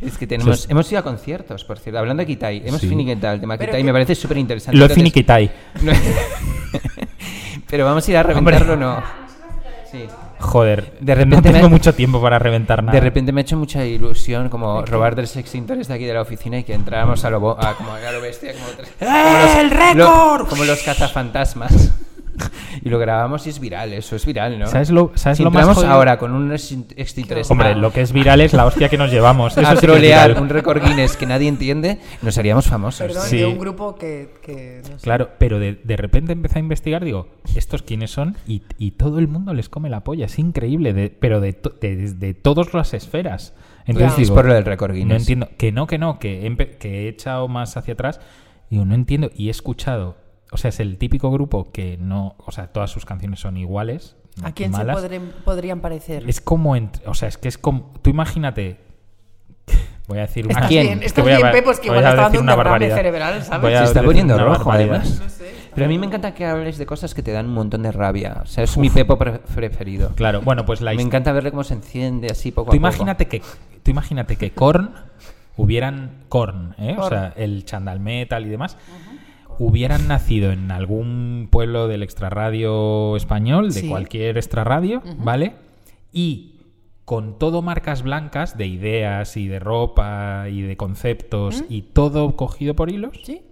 Es que tenemos,
Sí.
hemos ido a conciertos, por cierto. Hablando de Kitai, hemos
Sí.
finiquitado el tema
Pero
Kitai,
que-
me parece súper interesante.
Lo he finiquitai.
<laughs> Pero vamos a ir a reventarlo, ¿no?
Ah,
Sí.
Joder,
De repente
no tengo
me-
mucho tiempo para reventar nada.
De repente me ha hecho mucha ilusión como robar tres extintores de aquí de la oficina y que entráramos a lo, bo- a, como a lo bestia, como,
<laughs>
tres-
¡Eh, ¡El récord!
lo- como los cazafantasmas. <laughs> y lo grabamos y es viral, eso es viral, ¿no?
¿Sabes lo- sabes
si
lo más
entramos
jodido?
ahora con un extin- extintor
Hombre, lo que es viral es la hostia que
<laughs>
nos llevamos. Eso
a
sí que es
trolear
viral.
un récord Guinness que nadie entiende, nos haríamos famosos.
Perdón,
Sí.
de un grupo que. que no sé.
Claro, pero de, de repente empecé a investigar, digo, ¿estos quiénes son? Y, y todo el mundo les come la polla, es increíble, de- pero de, to- de- de- de todas las esferas. Entonces,
Es
digo,
por lo del récord
No
Guinness.
entiendo, que no, que no, que he, empe- que he echado más hacia atrás, digo, no entiendo, y he escuchado, o sea, es el típico grupo que no, o sea, todas sus canciones son iguales.
¿A quién
malas.
se podren- podrían parecer?
Es como, entre- o sea, es que es como, tú imagínate, <laughs> Voy a decir
¿A
una-
quién?
es que
Estás
voy a-
bien, Pepo, es que
voy
igual
a
está dando
decir
un
una
derrame
barbaridad.
cerebral, ¿sabes?
Voy a
Se está
decir
poniendo
una
rojo,
barbaridad.
además. Pero a mí me encanta que hables de cosas que te dan un montón de rabia. O sea, es mi pepo pre- preferido.
Claro, bueno, pues la
Me
his-
encanta verle cómo se enciende así poco a
Tú
poco.
imagínate que tú imagínate que Korn hubieran Korn, ¿eh? o sea, el chandal metal y demás, hubieran nacido en algún pueblo del extrarradio español, de
Sí.
cualquier extrarradio, ¿vale? Y con todo marcas blancas de ideas y de ropa y de conceptos y todo cogido por hilos,
Sí,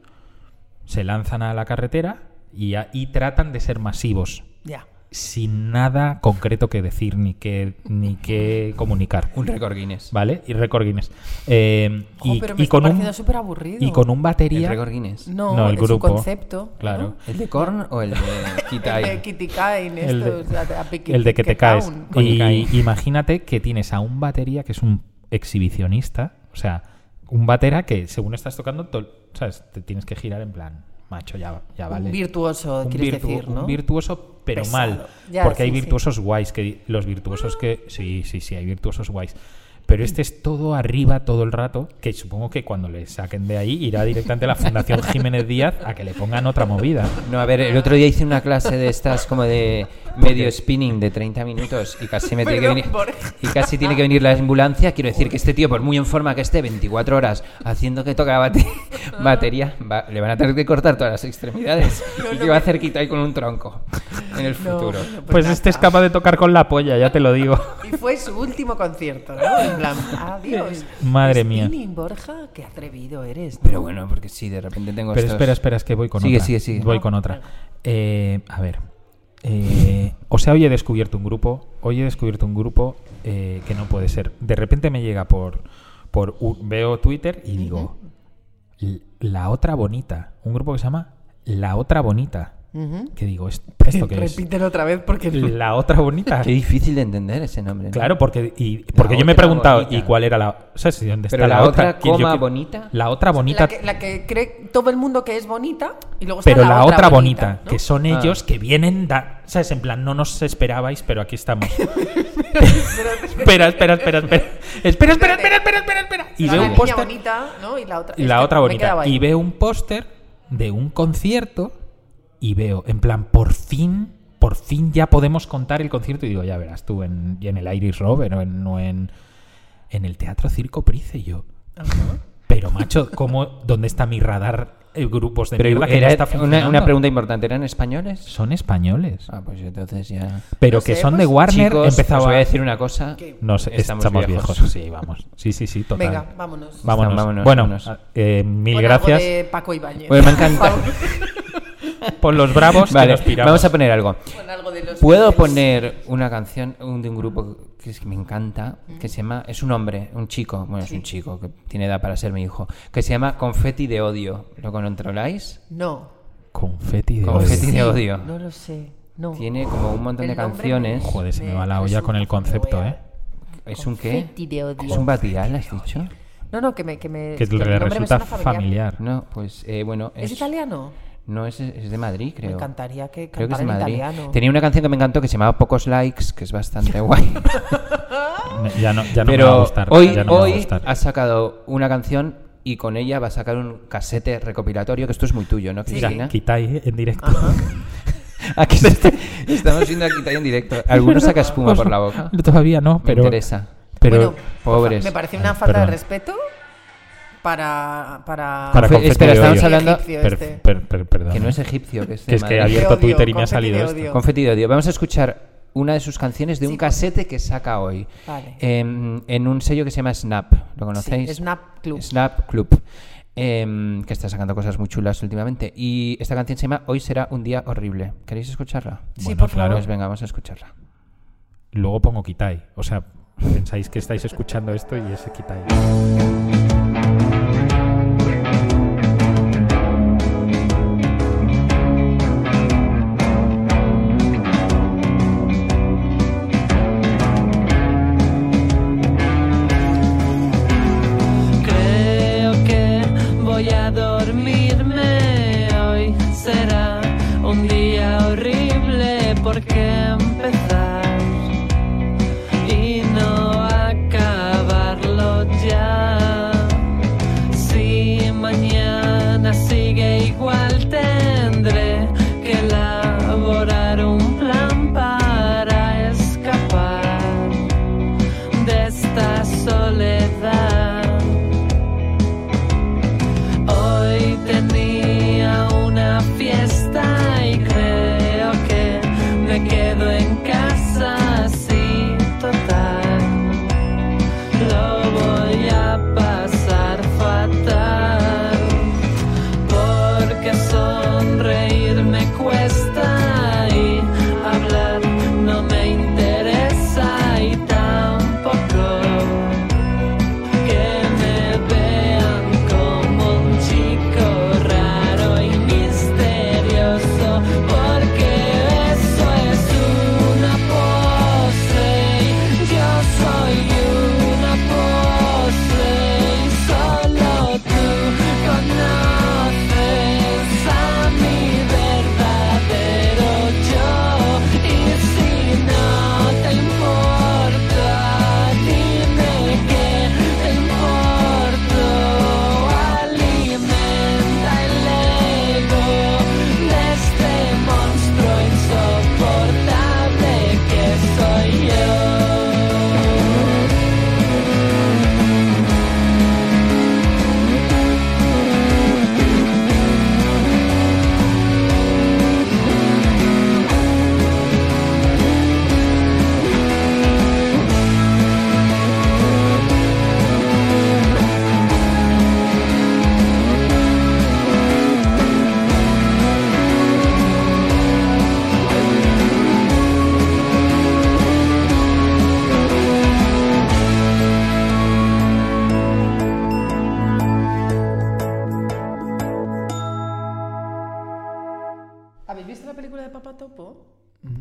se lanzan a la carretera y, a- y tratan de ser masivos.
ya.
Sin nada concreto que decir ni que, ni que comunicar.
Un récord Guinness.
¿Vale? Y récord Guinness. Eh,
Jo,
y,
pero me
y
está
con un,
pareciendo superaburrido.
y con un
El
batería.
récord Guinness.
No,
no, el
es un
grupo.
concepto.
Claro.
¿no?
¿El de Korn o
<laughs>
el de
El
Kitai?
de Kitty Kane,
El de-
estos, a- a Piqui-
el de que te caes.
Piquetown.
Y
Piquetown.
imagínate que tienes a un batería que es un exhibicionista. O sea, un batera que según estás tocando, tol- ¿sabes? te tienes que girar en plan, macho, ya, ya
Un
vale.
virtuoso,
Un
quieres
virtu-
decir,
un
¿no?
virtuoso, pero
Pesado.
mal.
Ya,
porque hay
sí, sí.
virtuosos guays. que Los virtuosos que. Sí, sí, sí, hay virtuosos guays. Pero este es todo arriba todo el rato, que supongo que cuando le saquen de ahí irá directamente a
<laughs>
la Fundación Jiménez Díaz a que le pongan otra movida.
No, a ver, el otro día hice una clase de estas como de medio spinning de 30 minutos y casi me tiene que
Perdón,
venir
Borja.
y casi tiene que venir la ambulancia. Quiero decir que este tío, por muy en forma que esté, 24 horas haciendo que toca bate- batería, va- le van a tener que cortar todas las extremidades y que va a hacer Kitai con un tronco en el futuro.
bueno,
Pues
nada.
este es capaz de tocar con la polla, ya te lo digo.
<laughs> Y fue su último concierto, ¿no? En
<laughs>
plan, adiós.
Madre mía.
Spinning, Borja, qué atrevido eres.
Pero bueno, porque sí, de repente tengo
Pero
estos-
espera, espera, es que voy con
Sigue,
otra.
sigue, sigue.
Voy con otra. Eh, a ver. Eh, o sea, hoy he descubierto un grupo. Hoy he descubierto un grupo eh, que no puede ser. De repente me llega por. por u- veo Twitter y digo. "L- La otra bonita. Un grupo que se llama La otra bonita.
Ujú.
Que digo, "¿Est- ¿esto qué es?
Repítelo otra vez porque no-
La otra
<laughs>
bonita.
Qué difícil de entender ese nombre. ¿no?
Claro, porque, y, porque yo me he
otra
preguntado,
bonita.
¿y cuál era la.? ¿Sabes dónde
Pero
está la,
la otra
Que yo
coma
que-
bonita.
La otra bonita.
La que, la que cree todo el mundo que es bonita y luego está
Pero la, otra, bonita,
¿no?
que son
Ah.
ellos que vienen, da, ¿sabes? En plan, no nos esperabais, pero
<laughs>
aquí estamos. espera, espera, espera, espera. Espera, espera, espera, espera, espera, espera. Y
Está
veo
la
un
niña
póster.
bonita, ¿no? Y la otra,
y
es
la
que
otra
me
bonita.
quedaba ahí.
Y veo un póster de un concierto y veo, en plan, por fin, por fin ya podemos contar el concierto. Y digo, ya verás tú, en, y en el Iris Rover o en, o en, en el Teatro Circo Price. Y yo, pero macho, ¿cómo, ¿dónde está mi radar? eh, grupos de
Pero
mierda que no
era
está
una,
funcionando?
una pregunta importante, ¿eran españoles?
Son españoles.
Ah, pues entonces ya...
Pero
No
que
sé,
son de
pues,
Warner
Chicos,
empezaba
os voy a decir una cosa.
No sé, estamos, viejos. Sí, vamos. Sí, sí, sí, total.
Venga, vámonos.
Vámonos.
Vámonos,
bueno,
vámonos.
a- eh, mil
Pon algo
gracias
de Paco Ibáñez.
Pues me encanta.
Por favor, <laughs>
por los bravos que
Vale,
nos piramos.
vamos a poner algo.
pon algo de los
Puedo
Beatles.
poner una canción un- de un grupo que, es que me encanta, que se llama, es un hombre, un chico, bueno, es un chico que tiene edad para ser mi hijo, que se llama Confetti de Odio. ¿Lo controláis?
No.
Confeti de
Confeti de
odio.
odio.
No lo sé. No.
Tiene como un montón
Oh. El
de
nombre
canciones.
me-
Joder, se me
Me
va la olla con el
resulta que
concepto,
voy a-
¿eh?
¿Es un qué?
Confetti de odio.
¿Es un batial, has dicho?
No, no, que me. Que, me,
Que
el nombre
le
me
resulta
suena
familiar.
No, pues eh, bueno.
¿Es italiano?
No, es, es de Madrid, creo.
Me encantaría que
Creo que es
cantara
de
en
Madrid.
italiano.
Tenía una canción que me encantó que se llamaba Pocos Likes, que es bastante <laughs> guay.
Me- Ya no, ya no me va a
Pero
gustar.
hoy,
ya no me va a
hoy
gustar.
ha sacado una canción y con ella va a sacar un casete recopilatorio, que esto es muy tuyo, ¿no,
Mira,
Cristina?
Kitai en directo.
<laughs> Aquí se está- estamos viendo a Kitay en directo. Alguno
<laughs>
saca espuma por la boca.
Todavía no, pero.
Me interesa.
Pero.
Bueno,
Pobres.
Me parece
Ah,
una falta
perdón.
de respeto para. Para.
Para
Fe-
confeti
espera,
de
estamos
odio.
el
hablando-
egipcio
Per-
este.
per- per- perdón. ¿eh?
Que no es egipcio, que es de
Que es que he
Madrid.
abierto
odio,
Twitter y me ha
confeti
salido
de
esto.
odio.
Confeti de odio. Vamos a escuchar una de sus canciones de un
Sí,
casete que saca hoy.
Vale.
Em, en un sello que se llama Snap. ¿Lo conocéis?
Sí, Snap Club.
Snap Club. Em, que está sacando cosas muy chulas últimamente. Y esta canción se llama Hoy será un día horrible. ¿Queréis escucharla?
Sí, Bueno, por favor.
Pues venga, vamos a escucharla.
Luego pongo Kitai. O sea, <laughs> pensáis que estáis escuchando esto y ese Kitai.
Creo que voy a dormirme hoy. Será un día horrible porque empezar y no acabarlo ya.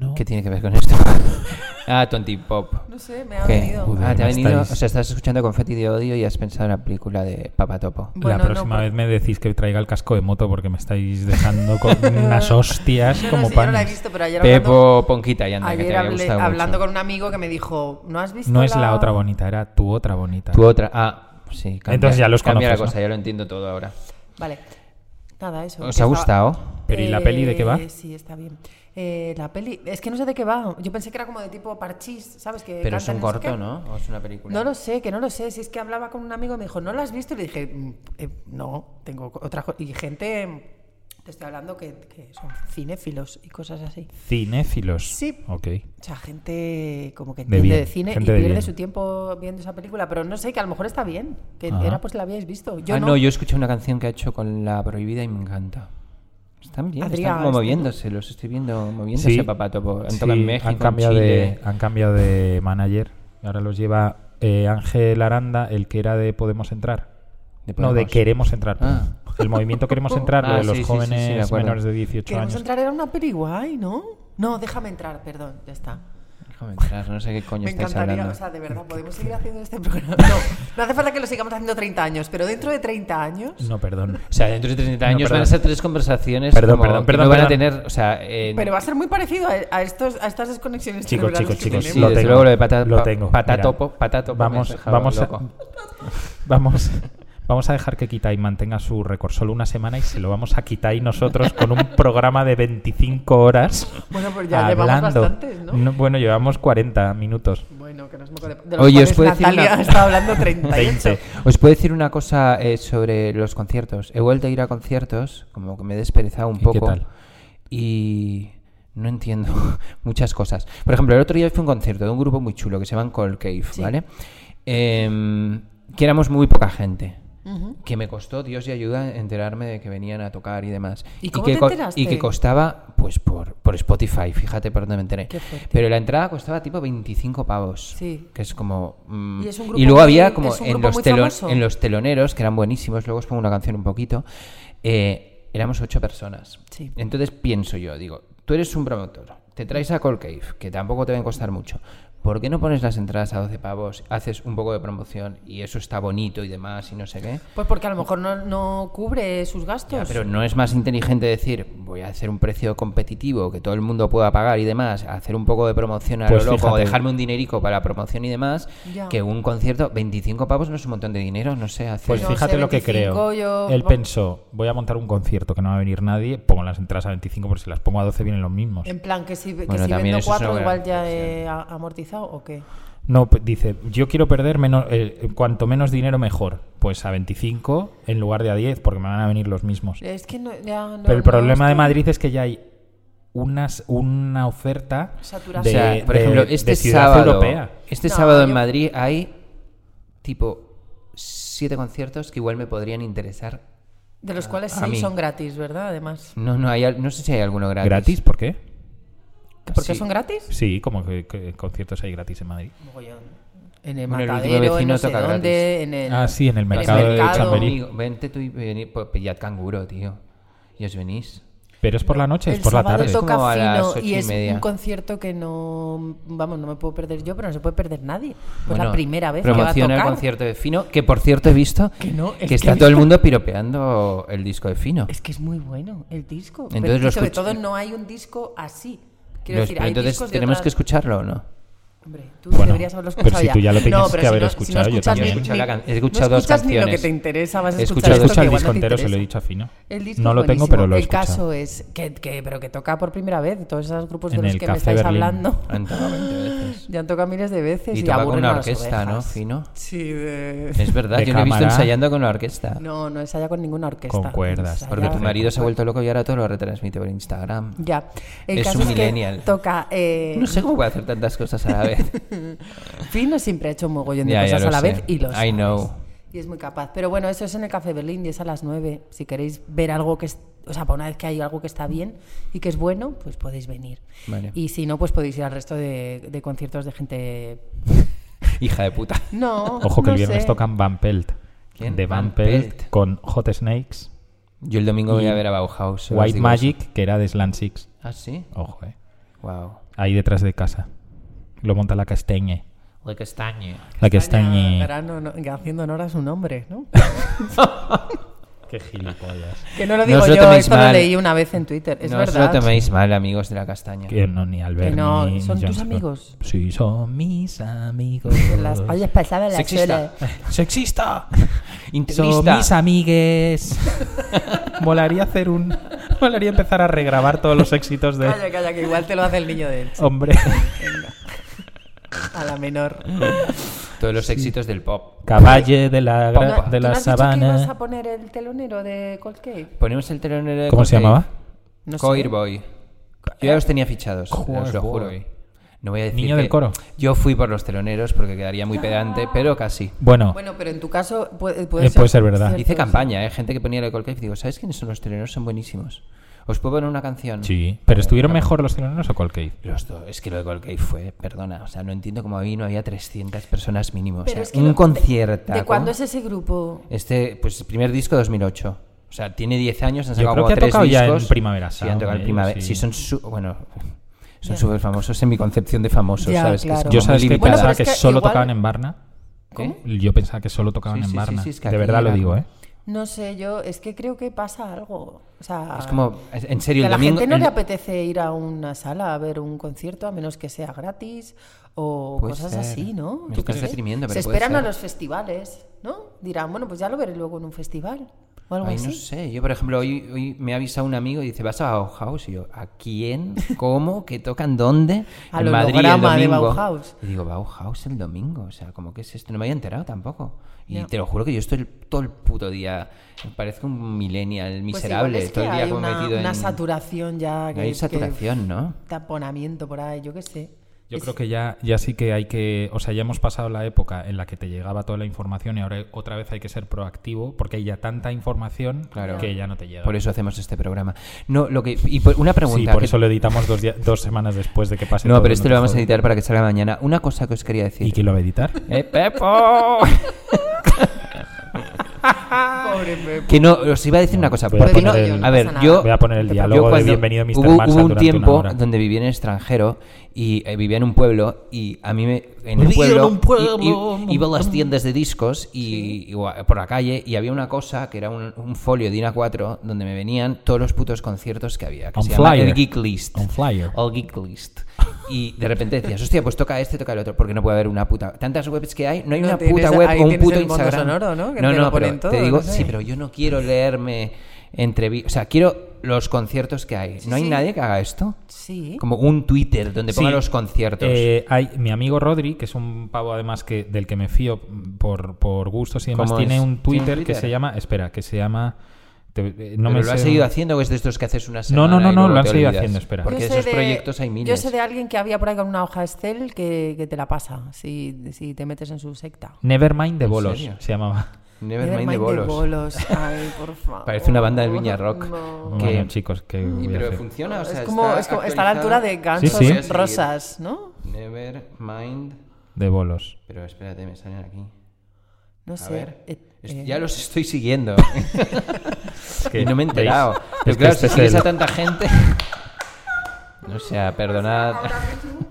este
tiene que ver con esto? <laughs> ah, Tonti Pop.
No sé, me ha
¿Qué?
venido.
Uy,
Ah, te ha
me
venido.
estáis-
O sea, estás escuchando Confetti de Odio y has pensado en la película de Papatopo.
Bueno,
la
no,
próxima
por-
vez me decís que traiga el casco de moto porque me estáis dejando
<laughs>
con unas hostias
Yo no
como
sé, yo no
panes.
la he visto, pero ayer hablando,
Pepo Ponquita, y anda, que te
ayer
había
hablé-
gustado
hablando
mucho.
con un amigo que me dijo, ¿no has visto
No es la otra bonita, era tu otra bonita.
Tu otra. Ah, sí. cambia-
Entonces ya los
Cambia la
conoces,
cosa,
¿no?
ya lo entiendo todo ahora.
Vale. Nada, eso.
¿Os
que
ha
estaba-
gustado?
Pero ¿y la peli de qué va?
Eh, Sí, está bien. Eh, la peli, es que no sé de qué va. Yo pensé que era como de tipo parchís, ¿sabes? Que
Pero es
Eh, cantan
un
no sé qué.
corto, ¿no? ¿O es una película?
No lo sé, que no lo sé. Si es que hablaba con un amigo y me dijo, ¿no lo has visto? Y le dije, "Mm, eh, no, tengo co- otra co-". Y gente, te estoy hablando que, que son cinéfilos y cosas así.
Cinéfilos.
Sí.
Ok.
O sea, gente como que
De
entiende
bien,
de cine y
gente de
pierde
bien.
su tiempo viendo esa película. Pero no sé, que a lo mejor está bien. Que
Ajá.
era pues la habíais visto. Yo
ah,
no.
no. yo escuché una canción que ha hecho con la prohibida y me encanta. Están bien,
Adrián,
están como
está-
moviéndose, los estoy viendo moviéndose,
Sí.
papatopo. Han
Sí,
tocado en México,
han
en
cambiado, de,
Chile.
han cambiado de manager. Y ahora los lleva eh, Ángel Aranda, el que era de Podemos Entrar.
De
No, de
Podemos.
Queremos Entrar.
Ah.
El movimiento Queremos
<laughs>
Entrar, lo
Ah,
de los
sí, sí, sí, sí,
jóvenes
de acuerdo.
menores de 18
Queremos
años.
entrar, era una peli guay, ¿no? No, déjame entrar, perdón, ya está.
Déjame entrar, no sé qué coño
Me
estáis
encantaría,
hablando.
o sea, de verdad, podemos seguir haciendo este programa. No, no hace falta que lo sigamos haciendo 30 años, pero dentro de 30 años.
<laughs>
No, perdón.
O sea, dentro de 30
No,
años van a
perdón.
ser tres conversaciones
Perdón,
como
perdón,
que
perdón,
no van a
perdón.
tener, o sea, en-
Pero va a ser muy parecido a, a estos, a estas desconexiones.
Chicos,
cerebrales
chicos,
que
chicos,
Sí,
tenemos.
lo
desde
tengo.
luego lo de pata-
lo
pa-
tengo.
patatopo-
Mira,
patatopo me has
Vamos,
dejado
vamos, a,
loco.
<laughs> vamos, vamos a dejar que Kitai mantenga su récord solo una semana y se lo vamos a Kitai nosotros con un programa de 25 horas.
Bueno, pues ya llevamos
hablando.
bastantes, ¿no?
Bueno, llevamos 40 minutos.
Bueno, que no es moco de. de
Oye,
cuales
os puedo decir
Natalia
una-
está hablando 38.
20.
Os puedo decir una cosa eh, sobre los conciertos. He vuelto a ir a conciertos, como que me he desperezado un
¿Y qué
poco.
tal?
Y no entiendo <laughs> muchas cosas. Por ejemplo, el otro día fue un concierto de un grupo muy chulo que se llama Cold Cave, ¿vale? Em, que éramos muy poca gente. Que me costó Dios y ayuda enterarme de que venían a tocar y demás.
¿Y cómo
que
te
co-
enteraste?
y que costaba, pues por, por Spotify, fíjate por dónde me enteré.
Qué fuerte.
Pero la entrada costaba tipo 25 pavos.
Sí.
Que es como. mm,
Y es un
y
grupo
luego
muy-
había como
es un
en
grupo
los,
muy
telon-
famoso.
en los teloneros, que eran buenísimos, luego os pongo una canción un poquito, eh, éramos ocho personas.
Sí.
Entonces pienso yo, digo, tú eres un promotor, te traes a Cold Cave, que tampoco te va a costar mucho. ¿Por qué no pones las entradas a 12 pavos, haces un poco de promoción y eso está bonito y demás y no sé qué?
Pues porque a lo mejor no, no cubre sus gastos.
Ya, pero no es más inteligente decir, voy a hacer un precio competitivo que todo el mundo pueda pagar y demás, hacer un poco de promoción a
Pues
lo loco,
fíjate.
dejarme un dinerico para la promoción y demás,
Ya.
que un concierto, 25 pavos no es un montón de dinero, no sé, hace...
Pues
Yo
fíjate
sé
lo que
25,
creo.
yo-
Él
va-
pensó, voy a montar un concierto que no va a venir nadie, pongo las entradas a 25 porque si las pongo a 12 vienen los mismos.
En plan, que si, que
Bueno,
si
también
vendo
eso es una
cuatro
buena
igual ya he a- amortizado o qué.
No, p- dice, yo quiero perder menos, eh, cuanto menos dinero mejor. Pues a 25 en lugar de a 10 porque me van a venir los mismos.
Es que no, ya no-
Pero el
no
problema de
estoy-
Madrid es que ya hay unas, una oferta
Saturación.
de,
o sea, por
de-
ejemplo,
de
este
ciudad
sábado,
europea.
este
No,
sábado en
yo-
Madrid hay tipo siete conciertos que igual me podrían interesar.
De los cuales
a mí.
sí son gratis, ¿verdad? Además.
No, no hay, al- no sé si hay alguno gratis.
¿Gratis? ¿Por qué?
¿Por qué
Sí.
son gratis?
Sí, como que, que conciertos hay gratis en Madrid.
Mogollón. En el
Bueno, el último
matadero, en
vecino
no sé
toca
dónde,
gratis.
en el...
Ah, sí, en el
en
mercado de
mercado.
Chamberí.
Amigo, vente tú y venid, pues, pillad canguro, tío. Y os venís.
Pero es por la noche, es
El
por la
sábado
tarde.
Es como
toca
a las
fino
ocho
y
y
es
media.
un concierto que no, vamos, no me puedo perder yo, pero no se puede perder nadie. Pues
Bueno,
la primera vez que va a
Promociona
tocar.
el concierto de Fino, que por cierto he visto que,
no, es que
está
he
todo el
visto-
mundo piropeando el disco de Fino.
Es que es muy bueno el disco.
Entonces
pero es que
lo
sobre
escuch-
todo no hay un disco así. Quiero
Los-
decir,
pero
hay
entonces
discos de
tenemos
otras-
que escucharlo o no.
Hombre, tú
Bueno,
deberías haberlo
pero si
escuchado
tú ya lo tenías
no, pero
que haber
si no-
escuchado,
si
yo
no escuchas
también.
ni-
He
escuchado la
ni-
can- he escuchado
no
dos
escuchas ni lo que
canciones.
te interesa, vas a
He
escuchar
escuchado
esto
dos
que
Escucha el
igual
disco
no te
entero, se lo he
interesa.
dicho a Fino.
El disco
No
es
lo tengo,
buenísimo.
pero lo he
El
escuchado.
caso es que, que- pero que toca por primera vez todos esos grupos de
En
los
el
que
Café
me estáis
Berlín.
hablando.
<laughs> Han tocado 20 veces.
Ya han tocado miles de veces
Y
y,
toca con
aburren
una
a las
orquesta, ¿no?
ovejas.
Fino.
Sí, <laughs> de-
Es verdad,
De
yo lo he visto
cámara.
ensayando con la orquesta.
<laughs> No, no ensaya con ninguna orquesta.
Con cuerdas,
Ensaya-
Porque
Ya.
tu marido se ha vuelto loco y ahora todo lo retransmite por Instagram.
Ya. El
Es
caso
un
es que
millennial.
toca. eh,
No sé cómo puede hacer tantas cosas a la
<laughs>
vez. <laughs>
Fino siempre ha hecho un mogollón de
Ya, ya
cosas
lo
a la
sé.
vez y los.
I know.
Y es muy capaz. Pero bueno, eso es en el Café Berlín y es a las 9. Si queréis ver algo que es. O sea, para una vez que hay algo que está bien y que es bueno, pues podéis venir.
Vale.
Y si no, pues podéis ir al resto de, de conciertos de gente.
Hija de
<laughs>
puta.
No.
Ojo que
no
el viernes
sé.
tocan Van Pelt.
¿Quién?
De Van,
Van
Pelt,
Pelt.
con Hot Snakes,
Yo el domingo voy
Y
a ver a Bauhaus. solo os
White
digo eso.
Magic, que era de Slant Six.
¿Ah, sí?
Ojo, eh.
Wow.
ahí detrás de casa. Lo monta la Castañe.
La castaña.
La Castañe.
Grano, no- haciendo honor a su nombre, ¿no?
Qué gilipollas.
Que no lo
No
digo
os lo
yo,
toméis
esto lo
mal.
leí una vez en Twitter. Es
no os
verdad.
lo toméis mal, amigos de la castaña.
Que no, ni Albert.
Que no,
ni- ni
son tus
Johnson.
amigos.
Sí, son mis amigos.
Las ollas pasadas las
Sexista.
<laughs>
suelas. <laughs>
Sexista.
Son
Integrista.
mis amigues. Volaría hacer un. Volaría empezar a regrabar todos los éxitos de.
Calla, calla, que igual te lo hace el niño de él.
Hombre.
A la menor.
Todos los éxitos del pop.
Caballe de la, gra-
Pompa.
de
¿Tú no
la
has dicho que ibas a
sabana.
poner el telonero de Cold Cave?
Ponemos el telonero de
¿Cómo se
Coldplay.
llamaba?
No sé.
Coir Boy. Yo ya los tenía fichados,
Coir
os lo
Boy.
juro. No voy a decir
Niño
que-
del coro.
Yo fui por los teloneros porque quedaría muy pedante, pero casi.
Bueno,
Bueno, pero en tu caso puede, puede
Eh,
ser.
puede ser verdad.
cierto,
Hice
sí.
campaña, ¿eh? gente que ponía el Coldplay y digo, ¿sabes quiénes son los teloneros? Son buenísimos. ¿Os puedo poner una canción?
sí. ¿Pero estuvieron mejor los teloneros o Cold Cave?
Los dos. Es que lo de Coldplay fue, perdona, o sea, no entiendo cómo ahí no había 300 personas mínimo. O
Pero
sea,
es que
un
lo-
concierto.
¿De cuándo es ese grupo?
Este, pues primer disco 2008. O sea, tiene 10 años, han
Yo
sacado
creo
como
que ha
tres
tocado ya en
discos.
Primavera
Sí, han
Sound,
tocado en
eh,
Primavera.
sí.
Sí, son su- bueno, <laughs> son súper famosos en mi concepción de famosos,
Ya,
¿sabes?
claro.
como
Yo
Muy
sabes que
limitada.
pensaba
Bueno, pero
que,
es que
solo
igual-
tocaban en Barna. ¿Eh?
¿Qué?
Yo pensaba que solo
Sí,
tocaban en
sí, sí,
Barna.
sí, es que
de
aquí
verdad lo
llegan.
digo, ¿eh?
No sé, yo es que creo que pasa algo. O sea,
Es como, en
que
serio,
a
el
la
domingo...
gente no
el-
le apetece ir a una sala a ver un concierto a menos que sea gratis o
Puede
cosas
ser.
así, ¿no?
Me
Yo qué
estás
sé.
deprimiendo, pero
Se
puede
esperan
ser.
a los festivales, ¿no? Dirán, bueno, pues ya lo veré luego en un festival o algo
Ay,
así.
no sé. Yo, por ejemplo, hoy, hoy me ha avisado un amigo y dice, ¿vas a Bauhaus? Y yo, ¿a quién? ¿Cómo? ¿Qué tocan?
<laughs>
¿Dónde?
Al
en Madrid el
holograma de
domingo.
Bauhaus.
Y digo, Bauhaus el domingo. O sea, ¿cómo que es esto? No me había enterado tampoco. Y te lo juro que yo estoy el- todo el puto día... Parezco un millennial
Pues
miserable.
igual es
todo el
que
día
hay
como
una,
metido
una
en...
saturación ya.
No hay
que-
saturación,
que-
¿no?
Taponamiento por ahí, yo qué sé.
Yo
Es-
creo que ya, ya sí que hay que, o sea, ya hemos pasado la época en la que te llegaba toda la información y ahora otra vez hay que ser proactivo porque hay ya tanta información
Claro.
que ya no te llega.
Por eso hacemos este programa. No, lo que... Y por- una pregunta.
sí, por
que-
eso lo editamos dos, dia- dos semanas después de que pase.
No,
todo,
pero esto
te
lo vamos a
jodas.
editar para que salga mañana. Una cosa que os quería decir.
¿Y quién lo va a editar?
¡Eh,
<laughs>
Pepo!
Pobre Pepo.
Que no, os iba a decir una cosa.
voy a
¿por qué no?
poner el-
a
no
ver,
pasa
yo.
nada.
Voy a poner el
yo
diálogo de
cuando-
bienvenido Mr.
Hubo,
Massa
hubo un
durante
tiempo
una hora.
donde viví en el extranjero y eh, vivía en un pueblo y a mí me. En
Me
el
dieron
pueblo.
un pueblo.
y- y- iba a las tiendas de discos y, y gua- por la calle y había una cosa que era un, un folio de INA4 donde me venían todos los putos conciertos que había. Que
Un
se llama
flyer.
el Geek List.
Un flyer.
All Geek List. Y de repente decías, hostia, pues toca este, toca el otro, porque no puede haber una puta. Tantas webs que hay, no hay
No
una
tienes-
puta web
ahí
o un
tienes
puto
el mono
Instagram.
sonoro, ¿no? Que
no,
te
no, pero
lo ponen todo,
te digo,
no sé.
sí, pero yo no quiero leerme entrevistas. O sea, quiero los conciertos que hay. ¿No hay
sí.
nadie que haga esto?
Sí.
Como un Twitter donde ponga
Sí.
los conciertos.
Eh, hay mi amigo Rodri, que es un pavo además que del que me fío por, por gustos y demás,
¿Cómo
tiene
es?
un, Twitter
¿Tiene un
que
Twitter?
se llama, espera, que se llama te- eh,
¿Pero
no me
lo has
sé-
seguido haciendo o es de estos que haces una
No,
semana?
no, no,
y
no,
luego
lo han
te
seguido
olvidas?
haciendo, espera.
Porque
Yo
de
sé
esos
de-
proyectos hay miles.
Yo sé de alguien que había por ahí con una hoja Excel que, que te la pasa si, si te metes en su secta.
Nevermind de
¿En
bolos
serio?
se llamaba.
Nevermind de
Nevermind
bolos. <laughs>
Ay, por favor.
Parece una banda del Viña Rock.
No.
Que-
Bueno, chicos, que
Y
voy a
pero
hacer?
funciona, o sea,
Es como, es como- está a la altura de
actualizado.
gansos
Sí, sí.
rosas, ¿no?
Never mind.
de bolos.
Pero espérate, me salen aquí.
No
A
sé.
ver.
eh,
Es-
eh,
Ya los estoy siguiendo.
<laughs>
que,
y no me he
¿veis?
enterado.
Es
Pero
que
claro,
este
si
es
sigues
el-
a tanta gente. <laughs> O sea, perdonad.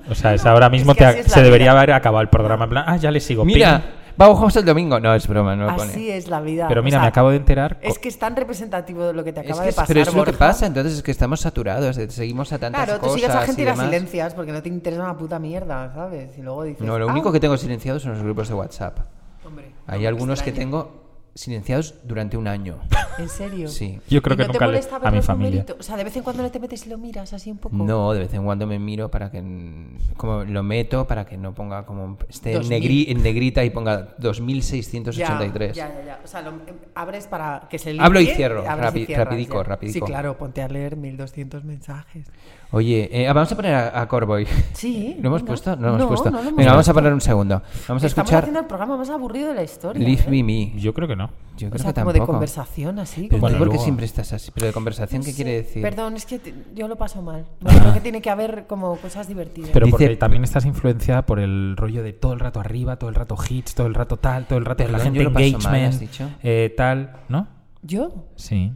O sea, es ahora mismo
Es que
te ha-
así es la
se
vida.
debería haber acabado el programa. En plan, ah, ya le sigo.
Mira,
ping.
Bauhaus el domingo. No, es broma, no lo pone.
Así es la vida.
Pero
o
mira,
sea,
me acabo de enterar.
Es que es tan representativo de lo que te
Es
acaba
que
de
es-
pasar.
pero es lo que
Borja.
pasa, entonces es que estamos saturados, eh, seguimos a tantas
Claro, tú
cosas.
sigues a gente y,
y
la
demás.
silencias porque no te interesa una puta mierda, ¿sabes? Y luego dices.
No, lo
"Ah,
único que tengo silenciados son los grupos de WhatsApp.
hombre,
Hay
no,
algunos que
extraño".
tengo silenciados durante un
<laughs>
año.
¿En serio?
Sí.
Yo creo
¿Y
que
no te
nunca le
molesta ver
a mi
los
familia.
numeritos? O sea, de vez en cuando no te metes y lo miras así un poco.
No, de vez en cuando me miro para que n- como lo meto para que no ponga como esté en,
2000.
negri- en negrita y ponga
Ya,
2683.
Ya, ya, ya. O sea, lo, eh, abres para que se limpie.
Hablo y cierro,
abres
rapi-
cierras,
rapidico,
ya.
rapidico.
Sí, claro, ponte a leer 1200 mensajes.
Oye, eh, vamos a poner a, a Corboy.
Sí,
¿Lo hemos
venga.
puesto? <laughs> No lo
No,
hemos puesto.
no lo hemos
Venga, vamos
puesto.
a poner un segundo. Vamos a
Estamos
escuchar
haciendo el programa más aburrido de la historia.
Leave
¿eh?
Me Me. Yo
Yo creo que no.
creo que
o sea, como
tampoco.
de conversación así.
Pero
como-
Bueno,
tú, ¿por qué
luego-
siempre estás así? ¿Pero de conversación qué quiere decir?
Perdón, es que te- yo lo
<laughs>
paso mal. Yo creo que tiene que haber como cosas divertidas.
Pero
Dice-
porque también estás influenciada por el rollo de todo el rato arriba, todo el rato hits, todo el rato tal, todo el rato que la
Perdón,
gente eh,
yo lo paso mal,
engagement,
¿has dicho?
eh, tal, ¿no?
¿Yo?
Sí.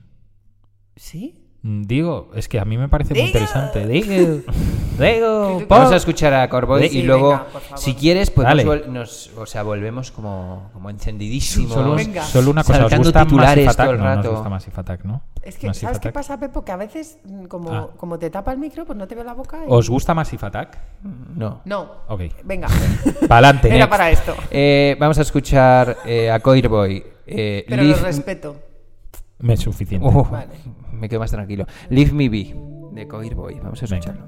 ¿Sí?
Mm, Digo, es que a mí me parece muy
<laughs>
interesante. Digo, digo,
Vamos
pop.
a escuchar a Corboy
Sí,
y luego,
venga, por favor.
si quieres, podemos
Dale.
vol- nos, o sea, volvemos como, como encendidísimos.
Solo, solo una cosa, os
saltando
gusta
titulares
Massive
todo el
Attack? No, no os
rato.
gusta Massive Attack, ¿no?
Es que,
Massive
¿sabes qué
Attack.
pasa, Pepo? Que a veces, mm, como,
Ah.
como te tapa el micro, pues no te veo la boca. y-
¿Os gusta Massive Attack?
No.
No.
Ok.
Venga.
Pa'lante.
Era
next.
para esto.
Eh, vamos a escuchar eh, a Coirboy. Eh,
Pero lo
Leave-
respeto.
Me es suficiente.
Oh,
Vale.
Me quedo más tranquilo. Leave Me Be, de Coirboy. Vamos a
Venga.
escucharlo.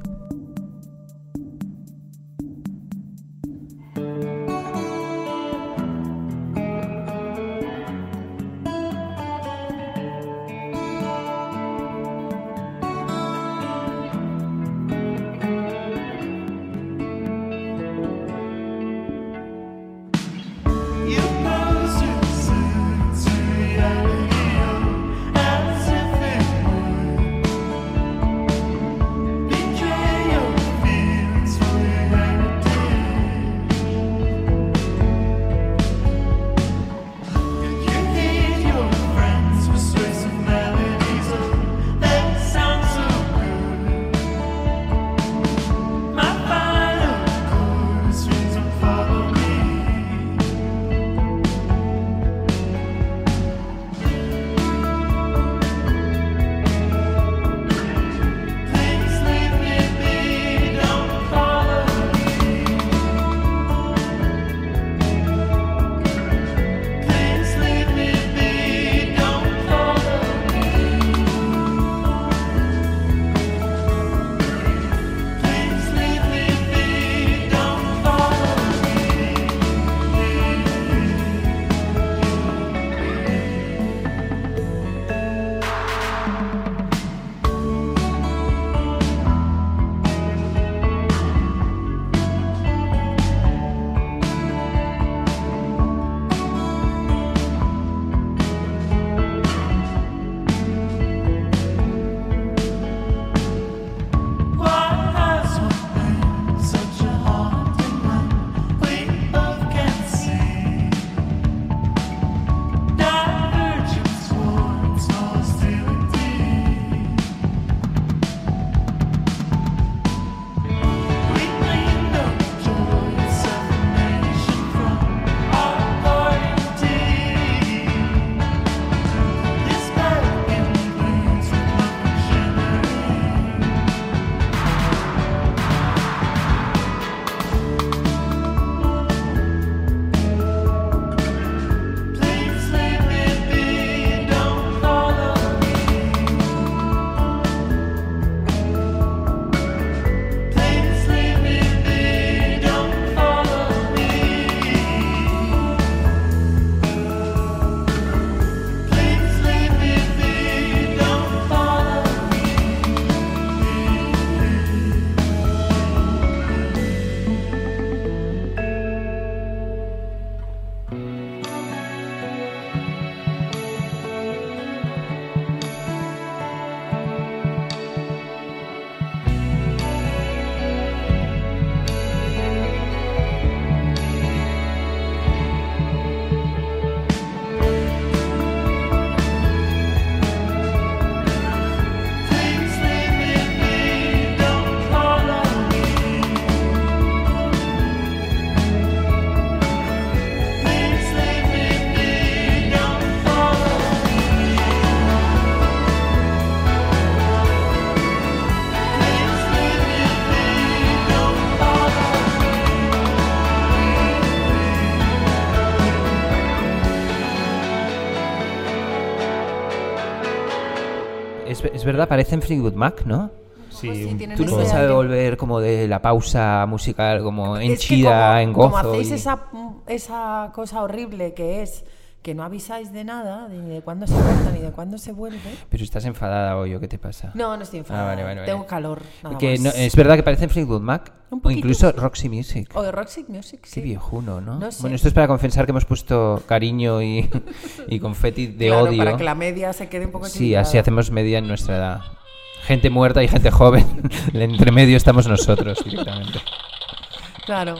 Es, es verdad, parecen Free Good Mac, ¿no?
Sí, un
tienen
Tú no
Ese
me sabes
aire.
volver como de la pausa musical, como
Es que
henchida, en
como,
gozo.
como hacéis
y-
esa, esa cosa horrible que es que no avisáis de nada, ni de cuándo se corta, ni de cuándo se vuelve.
Pero estás enfadada hoy, ¿o qué te pasa?
No, no estoy enfadada.
Ah, vale, vale, vale.
Tengo calor. Nada
Que
más.
no- es verdad que parecen Fleetwood Mac
Un
o
poquito,
incluso
sí.
Roxy Music.
O Oh, de Roxy Music,
Qué
sí.
viejuno, ¿no?
No sé.
Bueno, esto es para confesar que hemos puesto cariño
<laughs>
y, y confeti de
Claro,
odio.
Para que la media se quede un poco
Sí,
equilibrada.
así hacemos media en nuestra edad. Gente muerta y gente joven. <laughs> Entre medio estamos nosotros directamente.
Claro.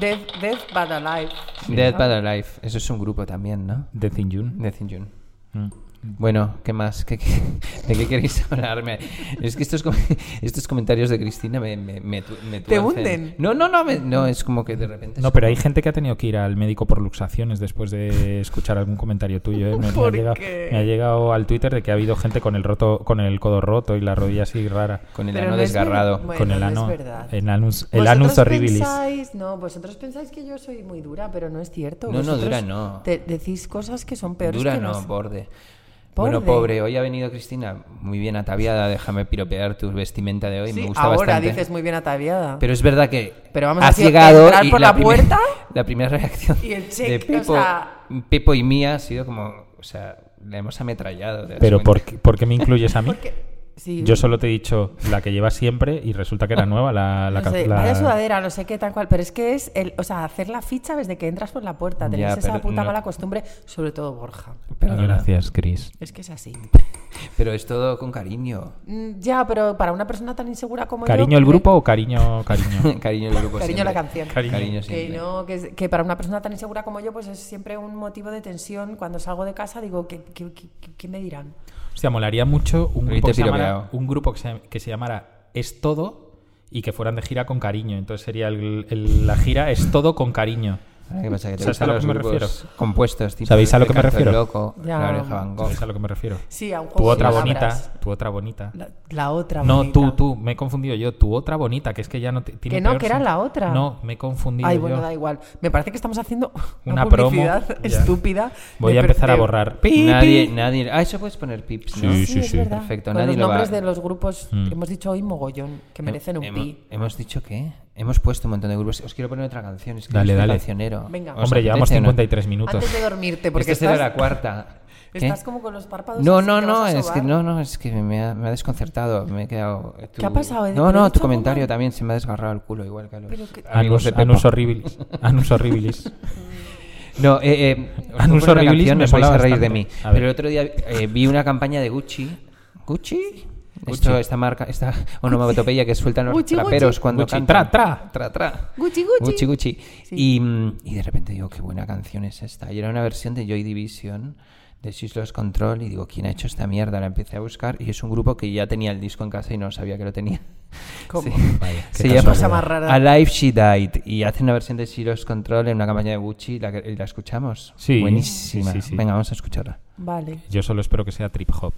Death, death but alive.
Dead by Alive. Eso es un grupo también, ¿no?
Death in June.
Death in June.
Mm.
Bueno, ¿qué más? ¿Qué- <laughs> qué- ¿De qué queréis hablarme? Es que estos, com- <laughs> estos comentarios de Cristina me, me, me tu- me
Te
tuercen.
hunden.
No, no, no, me- no, es como que de repente...
No,
es
pero
como-
hay gente que ha tenido que ir al médico por luxaciones después de escuchar algún comentario
<laughs>
tuyo. ¿eh? Me, me ha llegado, me ha llegado al Twitter de que ha habido gente con el roto, con el codo roto y la rodilla así rara.
Con el
Pero
ano
no es
desgarrado.
verdad. Bueno,
con el
no es
ano.
verdad.
el anus, el
Vosotros
anus horribilis.
pensáis- no, vosotros pensáis que yo soy muy dura, pero no es cierto.
No, no,
Vosotros
dura no.
te- decís cosas que son peores
Dura
que
no,
nos-
borde.
Borde.
Bueno, pobre, hoy ha venido Cristina muy bien ataviada, déjame piropear tu vestimenta de hoy,
Sí,
me gusta
ahora
bastante.
dices muy bien ataviada.
Pero es verdad que
Pero vamos,
has
así,
llegado
entrar
y
por la
primer-
puerta
<laughs> la primera reacción
y el
de
check, o
Pepo,
sea-
Pepo y mía ha sido como, o sea, la hemos ametrallado. ¿te das
Pero
cuenta?
¿por, qué- por qué me incluyes
<laughs>
a mí?
Sí.
Yo solo te he dicho la que llevas siempre y
<laughs>
resulta que era nueva la, la,
No sé,
la-
Vaya sudadera, no sé qué, tal cual. Pero es que es, el, o sea, hacer la ficha desde que entras por la puerta.
Ya,
Tenéis esa
pero
puta
no.
mala costumbre, sobre todo Borja.
Perdona.
Gracias, Chris.
Es que es
<laughs>
así.
Pero es todo con cariño. <laughs>
Mm, Ya, pero para una persona tan insegura como yo...
¿Cariño el
que-
grupo o cariño, cariño?
cariño el grupo
Cariño
siempre.
la canción.
Cariño.
Cariño
Que,
siempre.
no, que, es- que para una persona tan insegura como yo, pues es siempre un motivo de tensión. Cuando salgo de casa digo, ¿qué, qué- qué- qué- qué me dirán?
Hostia, molaría mucho un
Pero
grupo,
y te
que se,
piropeado.
llamara, un grupo que, se, que se llamara Es Todo y que fueran de gira con cariño. Entonces sería el- el- la gira Es Todo con cariño.
Ah, ¿Qué pasa? ¿Que te
¿Sabes a
gustan
lo
los
que me
grupos
refiero?
compuestos? tipo
¿Sabéis a lo que me
Ricardo el
refiero?
Loco,
Ya.
La Oreja Van Gogh.
¿Sabes a lo que me refiero?
Sí, a un
Tu
juego de
otra
palabras.
bonita, tu otra bonita.
La, la otra
No,
bonita.
tú, tú, me he confundido yo. Tu otra bonita, que es que ya no te- tiene
Que no,
peor
que era
sen-
la otra.
No, me he confundido
Ay,
yo.
bueno, da igual. Me parece que estamos
<laughs>
haciendo una,
Una promo,
publicidad
ya.
estúpida.
Voy
de
a empezar a
perceo.
borrar.
Nadie, nadie. Ah, eso puedes poner pips, ¿no?
Sí, sí,
es
sí.
verdad.
Perfecto,
Con
nadie
los
lo va-
nombres de los grupos
Mm. Eh, em,
que hemos dicho hoy mogollón, que merecen un
Hemo-
pi.
Hemos dicho que hemos puesto un montón de grupos. Os quiero poner otra canción. Es que
Dale,
yo soy
dale.
cancionero.
Venga.
¿Os
Hombre, llevamos
apetece o no?
53 minutos.
Antes de dormirte, porque
Esta será
estás,
este la cuarta.
<laughs>
¿Qué?
estás como con los párpados
No,
así
no,
que vas
no,
a
es que
sobar.
no, no, es que me ha, me ha desconcertado, me he quedado... eh,
¿Qué ha pasado, Edith?
No,
¿Pero he
no, tu
dicho
comentario
algo mal?
también se me ha desgarrado el culo, igual que a los amigos
Anus,
de Pepo.
anus horribilis.
<laughs>
Anus horribilis.
No, eh, eh, os
Anus
propongo una
horribilis
canción,
me
os vais a
mola
reír de
bastante.
mí.
A ver.
Pero el otro día eh, vi una campaña de Gucci. ¿Gucci? Esto, esta marca,
<laughs>
esta onomatopeya que sueltan los
Gucci,
traperos
Gucci.
cuando
Gucci,
cantan.
tra, tra.
tra, tra.
Gucci,
Gucci,
Gucci.
Gucci. Y, mm, y de repente digo, qué buena canción es esta. Y era una versión de Joy Division, de Six Lost Control. Y digo, ¿quién ha hecho esta mierda? La empecé a buscar. Y es un grupo que ya tenía el disco en casa y no sabía que lo tenía.
¿Cómo?
Vaya, qué
Se llama
casualidad.
cosa más rara.
Alive She Died. Y hace una versión de She Lost Control en una campaña de Gucci. ¿La, que- la escuchamos?
Sí,
Buenísima.
sí, sí, sí.
Venga, vamos a escucharla.
Vale.
Yo solo espero que sea trip hop.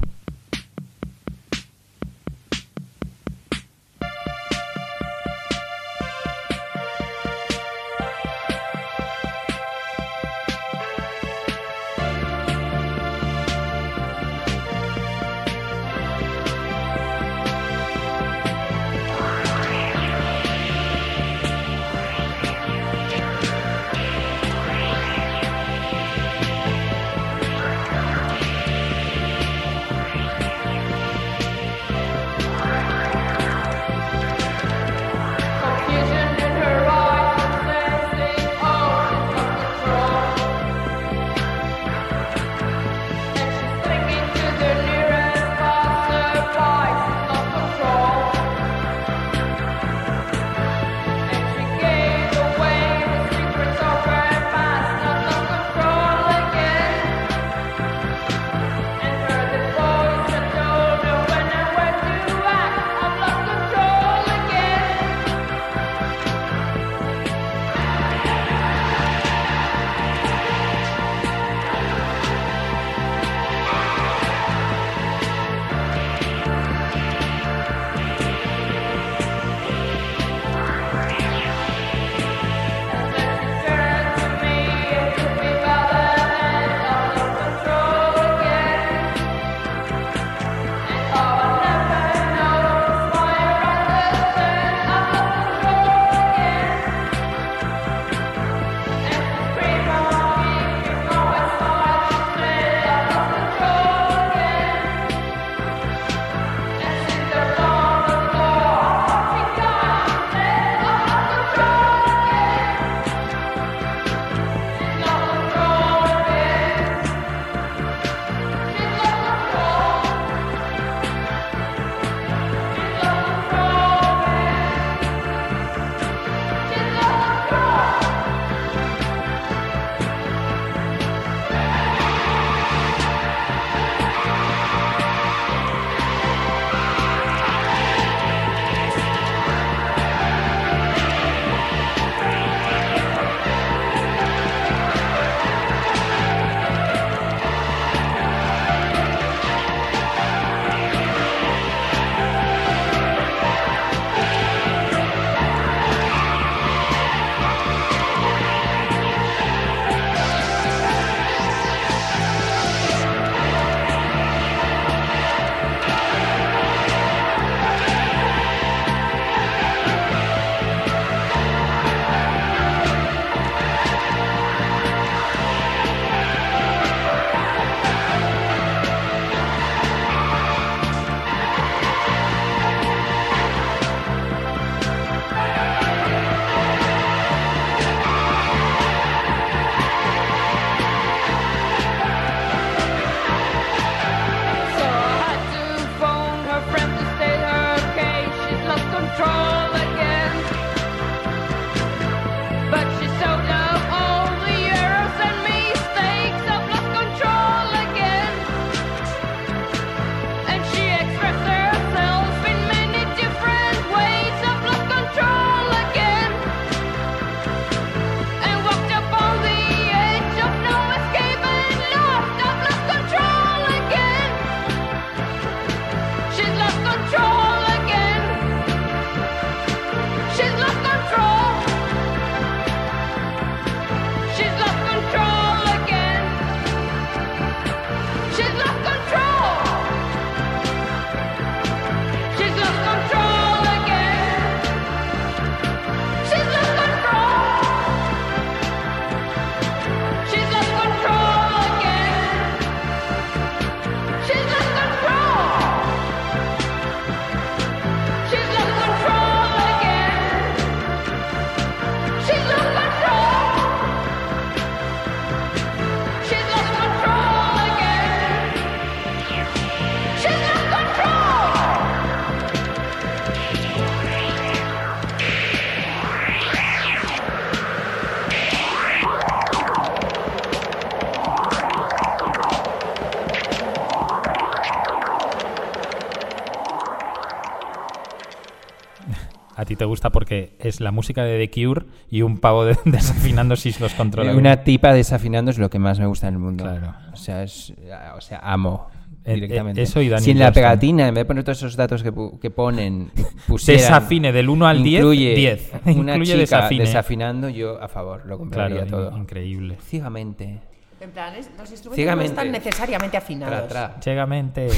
a ti te gusta porque es la música de The Cure y un pavo de- <laughs> desafinando si los controla.
Una tipa desafinando es lo que más me gusta en el mundo.
Claro.
O sea, es, o sea amo
Eh,
directamente.
eh, eso y Daniel
si en la
Johnston.
pegatina, en vez de poner todos esos datos que, pu- que
<laughs>
ponen, pusieran,
Desafine del 1 al 10,
incluye
10.
<laughs> Una
<laughs> Incluye
chica
desafine.
desafinando, yo a favor, lo compraría
Claro,
todo.
increíble.
Ciegamente.
En plan, es- los instrumentos
Ciegamente.
no están necesariamente
Tra,
afinados.
tra.
Ciegamente.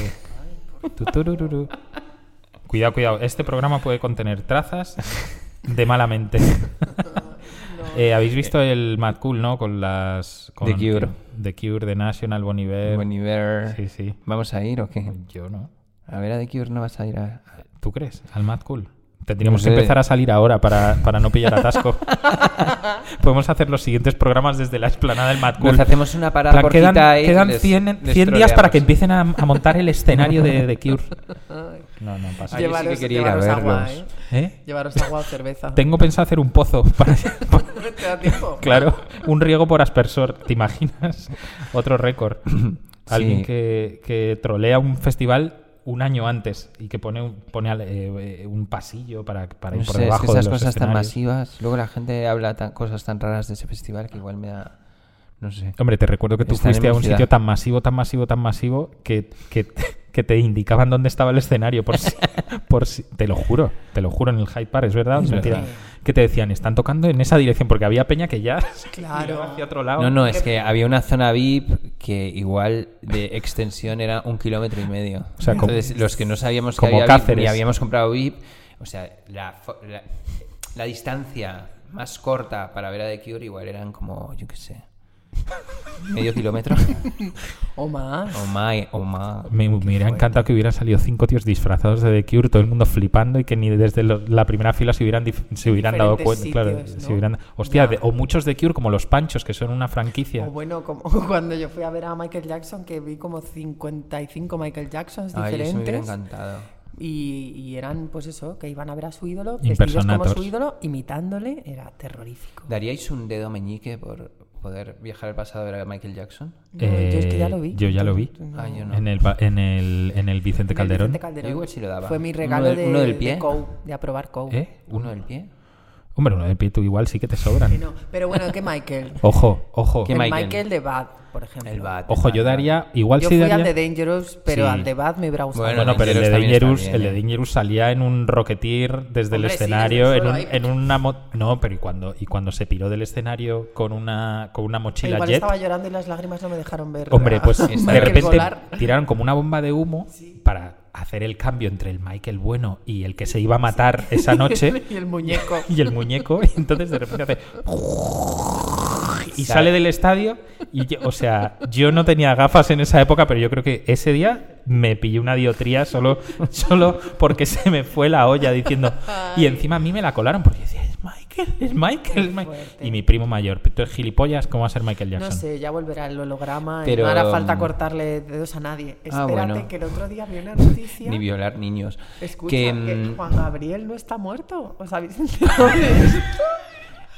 Tuturururu. Cuidado, cuidado. Este programa puede contener trazas
<laughs>
de malamente. <laughs> Eh, Habéis visto el Mad Cool, ¿no? Con las. Con
The Cure.
The Cure, The National, Bon Iver.
Bon Iver.
Sí, sí.
¿Vamos a ir o qué?
Yo no.
A ver, a The Cure no vas a ir a...
¿Tú crees? Al Mad Cool. Tendríamos
No sé.
que empezar a salir ahora para, para no pillar atasco. <laughs> Podemos hacer los siguientes programas desde la explanada del Mad Cool.
Nos hacemos una parada
Plan,
cortita
quedan
ahí y
quedan
les-
100,
les
100 días
troleamos.
para que empiecen a, a montar el escenario de,
<laughs>
de Cure. No, no pasa.
Ay, yo sí que
Llevaros,
quería ir a
llevaros agua,
verlos.
¿eh?
¿Eh?
Llevaros agua o cerveza.
Tengo pensado hacer un pozo
<laughs>
para... <laughs>
¿Te
<laughs>
da tiempo?
claro, <laughs> un riego por aspersor, ¿te imaginas? <laughs> Otro récord.
<clears throat>
Alguien
Sí.
que, que trolea un festival un año antes y que pone un, pone al- eh, eh, un pasillo para, para ir
No
por
sé, es
debajo
que esas
de los
cosas tan
escenarios.
masivas. Luego la gente habla tan, cosas tan raras de ese festival que igual me da... No sé.
Hombre, te recuerdo que tú
Estaré
fuiste a un
emocionado.
sitio tan masivo, tan masivo, tan masivo que, que, <laughs> que te indicaban dónde estaba el escenario.
<laughs>
Por si, por si- te lo juro, te lo juro en el Hyde Park, es verdad, Es mentira. Que te decían, están tocando en esa dirección porque había peña que ya <laughs> se
Claro.
iba hacia otro lado.
No, no, es que había una zona VIP que igual de extensión era un kilómetro y medio.
O sea, como-
Entonces, los que no sabíamos que
como
había VIP, ni
Cáceres.
habíamos comprado VIP, o sea, la, fo- la- la distancia más corta para ver a The Cure igual eran como, yo qué sé, medio kilómetro. <laughs>
O más.
Oh my, oh my.
Me, me hubiera encantado que hubieran salido cinco tíos disfrazados de The Cure, todo el mundo flipando y que ni desde lo- la primera fila se hubieran, dif- se hubieran dado cuenta.
Diferentes
claro,
sitios,
se
¿no?
hubieran- hostia,
Ya.
de- o muchos de Cure como los Panchos, que son una franquicia.
O bueno, como <laughs> cuando yo fui a ver a Michael Jackson, que vi como 55 Michael Jacksons
Ay, eso me hubiera
diferentes.
encantado.
y, y eran, pues eso, que iban a ver a su ídolo, vestidos como
Impersonators.
su ídolo, imitándole. Era terrorífico.
¿Daríais un dedo meñique por poder viajar al pasado a ver a Michael Jackson?
No, yo es que ya
Eh,
lo vi.
yo ya lo vi.
No.
Ah, yo no.
En el, ba- en el, en el Vicente
En el
Calderón.
Vicente Calderón.
Yo igual sí lo daba.
Fue mi
Uno
regalo
del-
de,
uno del
de
pie.
Cow, de aprobar Cow.
¿Eh?
¿Uno del pie?
Hombre, uno de pie tú igual sí que te sobran.
Que no. Pero bueno, que Michael.
Ojo, ojo.
<laughs> ¿Qué
el
Michael?
Michael? de Bad, por ejemplo.
El bat.
Ojo, yo daría. Igual
Yo
sí
fui
daría.
al de Dangerous, pero
Sí.
al de Bad me hubiera gustado.
Bueno,
Bueno, pero el de
Dangerous también está
Dangerous,
bien,
el de
¿eh?
Dangerous salía en un rocketeer
Hombre,
desde el
sí,
escenario,
desde el
en, un-
suelo ahí.
en una mo- no, pero y cuando y cuando se piró del escenario con una con una
Pero
mochila
igual
jet.
estaba llorando y las lágrimas no me dejaron ver.
Hombre,
a <laughs>
pues de
Michael
repente
volar.
tiraron como una bomba de humo para hacer el cambio entre el Michael bueno y el que se iba a matar esa noche.
<laughs> y el muñeco.
<laughs> y el muñeco y entonces de repente hace y sale del estadio y yo- o sea yo no tenía gafas en esa época pero yo creo que ese día me pillé una diotría solo solo porque se me fue la olla diciendo y encima a mí me la colaron porque decía es Michael es Michael, es Michael".
fuerte.
y mi primo mayor pero tú eres gilipollas cómo va a ser Michael
No
Jackson
sé, ya volverá el holograma y
Pero,
no hará falta
um,
cortarle dedos a nadie. Espérate,
Ah, bueno.
que el otro día vi una noticia.
Ni violar niños.
Escucha,
que,
que,
mm,
Juan Gabriel no está muerto. ¿Os habéis enterado de esto?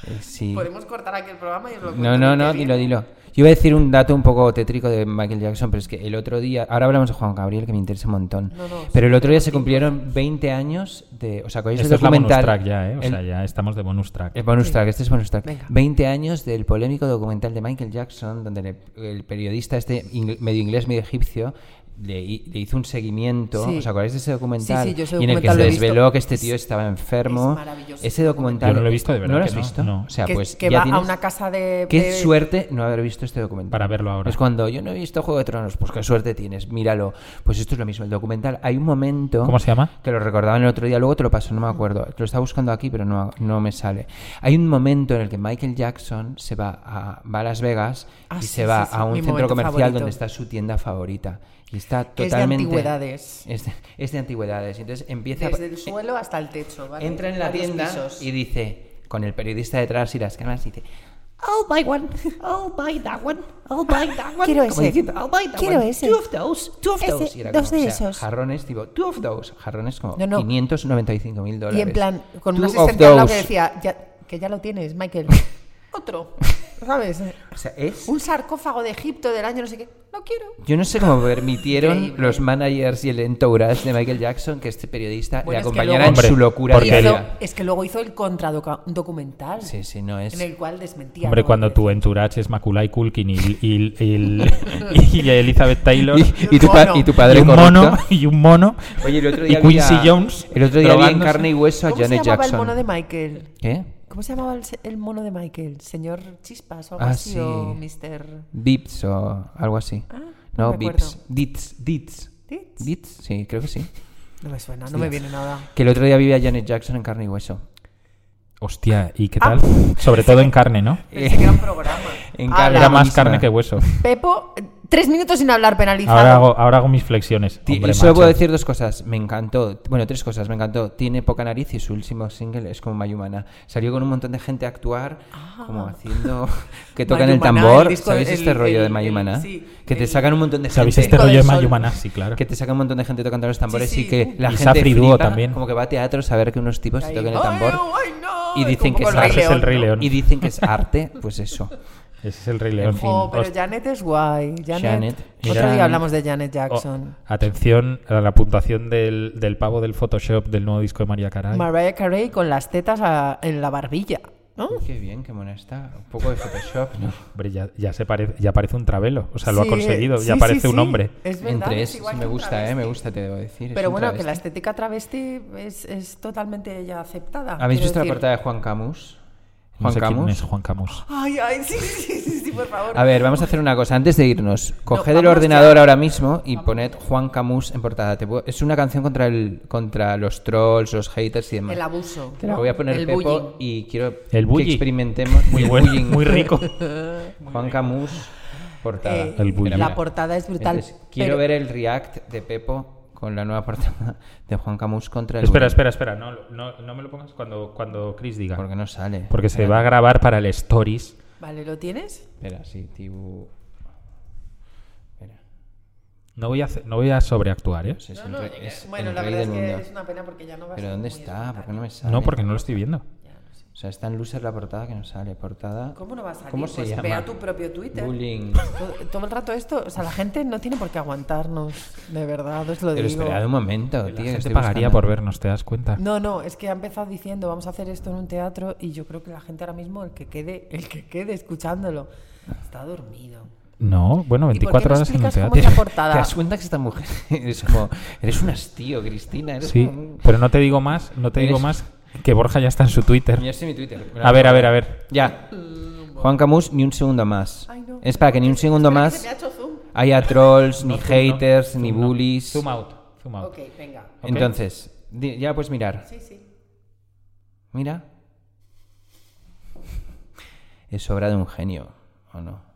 eh, <laughs> sí.
Podemos cortar aquí el programa y os lo cuento
No, no,
en
no, dilo,
teoría.
dilo. Yo iba a decir un dato un poco tétrico de Michael Jackson, pero es que el otro día, ahora hablamos de Juan Gabriel, que me interesa un montón,
No, no,
pero el otro día se cumplieron 20 años de, o sea, con
esto es la bonus
documental,
track ya eh o
el-
sea ya estamos de bonus track
el bonus track, este es bonus track.
Venga.
20 años del polémico documental de Michael Jackson, donde le- el periodista este ingle- medio inglés, medio egipcio, le, hi- le hizo un seguimiento.
Sí.
¿Os acordáis de ese documental?
Sí, sí, yo ese
y en el que
documental
se
lo he visto.
desveló que este
Es-
tío estaba enfermo.
es maravilloso
ese
ese
documental.
documental. Yo no lo he visto, de verdad
¿No lo
que
has
no,
visto?
no.
O sea,
que,
pues
que
ya
va a
tienes-
una casa de.
Qué
de-
suerte no haber visto este documental.
Para verlo ahora.
Es cuando yo no he visto Juego de Tronos, pues qué suerte tienes, míralo. Pues esto es lo mismo, el documental. Hay un momento.
¿Cómo se llama?
Que lo recordaban el otro día, luego te lo paso, no me acuerdo. Lo estaba buscando aquí, pero no, no me sale. Hay un momento en el que Michael Jackson se va a, va a Las Vegas
Ah,
y
sí,
se va
sí, sí,
a un
mi
centro
momento
comercial
favorito.
donde está su tienda favorita. Y está
Que es de
totalmente.
antigüedades.
Es de, es de antigüedades. Y Entonces empieza. eh,
Desde el suelo hasta el techo. ¿vale?
Entra en la
Varios
tienda
pisos.
y dice, con el periodista detrás y las cámaras, dice.
I'll buy one. I'll buy that one. I'll buy that one.
Quiero
Como
ese.
diciendo, "I'll buy that
Quiero
one.
ese.
Two of those, two of
Ese,
those. Y era
dos
como,
de
o sea,
esos.
Jarrones tipo, two of those. Jarrones como
No, no.
595 mil dólares.
Y en plan, con
Two
una
of
asistente al lado que
those.
decía, "Ya- que ya lo tienes, Michael. Otro. ¿Sabes?
O sea, es...
Un sarcófago de Egipto del año no sé qué. No quiero.
Yo no sé cómo permitieron
Increíble.
los managers y el entourage de Michael Jackson que este periodista
Bueno,
le
es que
acompañara
luego-
en su
Hombre,
locura
porque-
Hizo-
diaria.
es que luego hizo el contradocumental.
Sí, sí, no es.
En el cual desmentía.
Hombre,
¿no?
cuando tu entourage es Maculay Culkin y, y- y- y- y Elizabeth Taylor.
Y, <laughs> y tu pa-
mono.
y tu
y
padre
un
corrupto.
mono y un mono
Oye, el otro
<laughs> y
día vi
Quincy
a-
Jones
El otro día vi en
drogándose.
carne y hueso a
¿Cómo se
Janet
llamaba el
Jackson.
mono de Michael?
¿Qué?
¿Cómo se llamaba el, se- el mono de Michael? ¿Señor Chispas o algo
Ah,
así?
sí.
¿O Mr.
Vips o algo así.
Ah, no
no,
me
Vips.
acuerdo.
Dits. Dits.
Tits?
Dits, sí, creo que sí.
No me suena, no me
<laughs>
viene nada.
Que el otro día vi a Janet Jackson en carne y hueso.
Hostia, ¿y qué
Ah.
tal? Sobre todo en carne, ¿no?
Pensé que era un programa.
En
Ah,
carne
Era
la
más
misma.
carne
<laughs>
que hueso.
Pepo, eh, tres minutos sin hablar penalizado.
Ahora hago, ahora hago mis flexiones.
Ti-
hombre,
solo
macho.
puedo decir dos cosas. Me encantó. Bueno, tres cosas. Me encantó. Tiene poca nariz y su último single es como Mayumana. Salió con un montón de gente a actuar, como haciendo que tocan el
Ah. Mayumana,
tambor.
el disco-
¿Sabéis
el-
este
el-
rollo de
el-
Mayumana?
sí,
que te
el-
sacan un montón de gente.
¿Sabéis este
Hijo
rollo de
del
Mayumana? Sí, claro.
Que te sacan un montón de gente tocando los tambores
Sí, sí.
y que la
Y
gente
Safri Duo
flipa,
también.
como que va a teatros a ver que unos tipos se toquen el tambor
Oh, Ay, ay, no,
y
es
dicen
un
que
poco
es
el Rey
arte.
Ese es el
León,
Rey
¿no?
León.
y dicen que es arte, pues
<laughs>
eso.
Ese es el Rey León.
Oh, pero
Host-
Janet es guay. Janet.
Janet.
Otro
Janet.
día hablamos de Janet
oh,
Jackson.
atención a la puntuación del, del pavo del Photoshop del nuevo disco de María Caray.
Mariah Carey con las tetas a- en la barbilla. ¿no?
Qué bien, qué mona está. Un poco de Photoshop, ¿no?
Hombre, ya, ya se parece, ya parece un travelo. O sea, lo
Sí,
ha conseguido.
sí,
ya
sí,
parece
sí.
un hombre.
Es verdad,
Entre
es
es,
igual
me
que un
gusta, eh,
travesti.
me gusta, te debo decir. es
Pero
un
bueno, que
travesti.
la estética travesti es, es totalmente ya aceptada.
¿Habéis
Ah, quiero
visto la
decir.
portada de Juan Camus?
No
Juan
sé quién
Camus.
es Juan Camus.
Ay, ay, sí, sí, sí, sí, por favor.
A ver, vamos a hacer una cosa antes de irnos. Coged el
vamos
ordenador
ya.
ahora mismo y poned Juan Camus en portada. Te puedo- Es una canción contra el contra los trolls, los haters y demás.
El abuso.
Te la
¿no?
voy a poner
El
Pepo
bullying.
y quiero que
El bullying.
experimentemos
Muy
el
bueno,
bullying.
muy rico.
<laughs> Juan Camus portada.
Eh,
El bullying.
la
Mira.
portada es brutal.
Entonces, quiero
pero-
ver el react de Pepo con la nueva portada de Juan Camus contra el
Espera,
bullying,
espera, espera. No, no, no me lo pongas cuando, cuando Chris diga.
porque no sale.
Porque se va a grabar para el Stories.
Vale, ¿lo tienes?
Espera, sí, Tibu. Espera.
No voy a, hacer- no voy a sobreactuar, ¿eh?
Pues es el rey- es
bueno,
el
la
rey
verdad es
del
que
mundo.
es una pena porque ya no va a
Pero
ser
¿dónde
muy
está? ¿Por qué no me sale?
No, porque no lo estoy viendo.
O sea, está en luces la portada que no sale. Portada.
¿Cómo no va a salir?
¿Cómo se
Pues
llama?
ve a tu propio Twitter.
Bullying.
Todo, todo el rato esto, o sea, la gente no tiene por qué aguantarnos, de verdad, os lo
Pero
digo.
esperad un momento, tío.
La
que
gente
estoy
pagaría
buscando.
por vernos, ¿te das cuenta?
No, no, es que ha empezado diciendo vamos a hacer esto en un teatro y yo creo que la gente ahora mismo el que quede, el que quede escuchándolo, está dormido.
No, bueno,
¿Y por qué
24
no
horas en un
explicas
<laughs>
cómo
teatro.
es la portada?
¿Te das cuenta que esta mujer <laughs> es como. Eres un hastío, Cristina. Eres
<laughs> Sí,
como un-
pero no te digo más, no te digo
Eres-
más que Borja ya está en su Twitter.
Mira, este es mi Twitter.
A ver, a ver, a ver.
Ya. Juan Camus, ni un segundo más.
Ay, no.
Es para que ni un segundo más
Se me ha hecho zoom.
haya trolls, ni
No, zoom no,
haters, ni
zoom no.
bullies.
Zoom out, zoom out.
Ok, venga.
Ok.
Entonces, di- ya puedes mirar.
Sí, sí.
Mira. Es obra de un genio, ¿o no?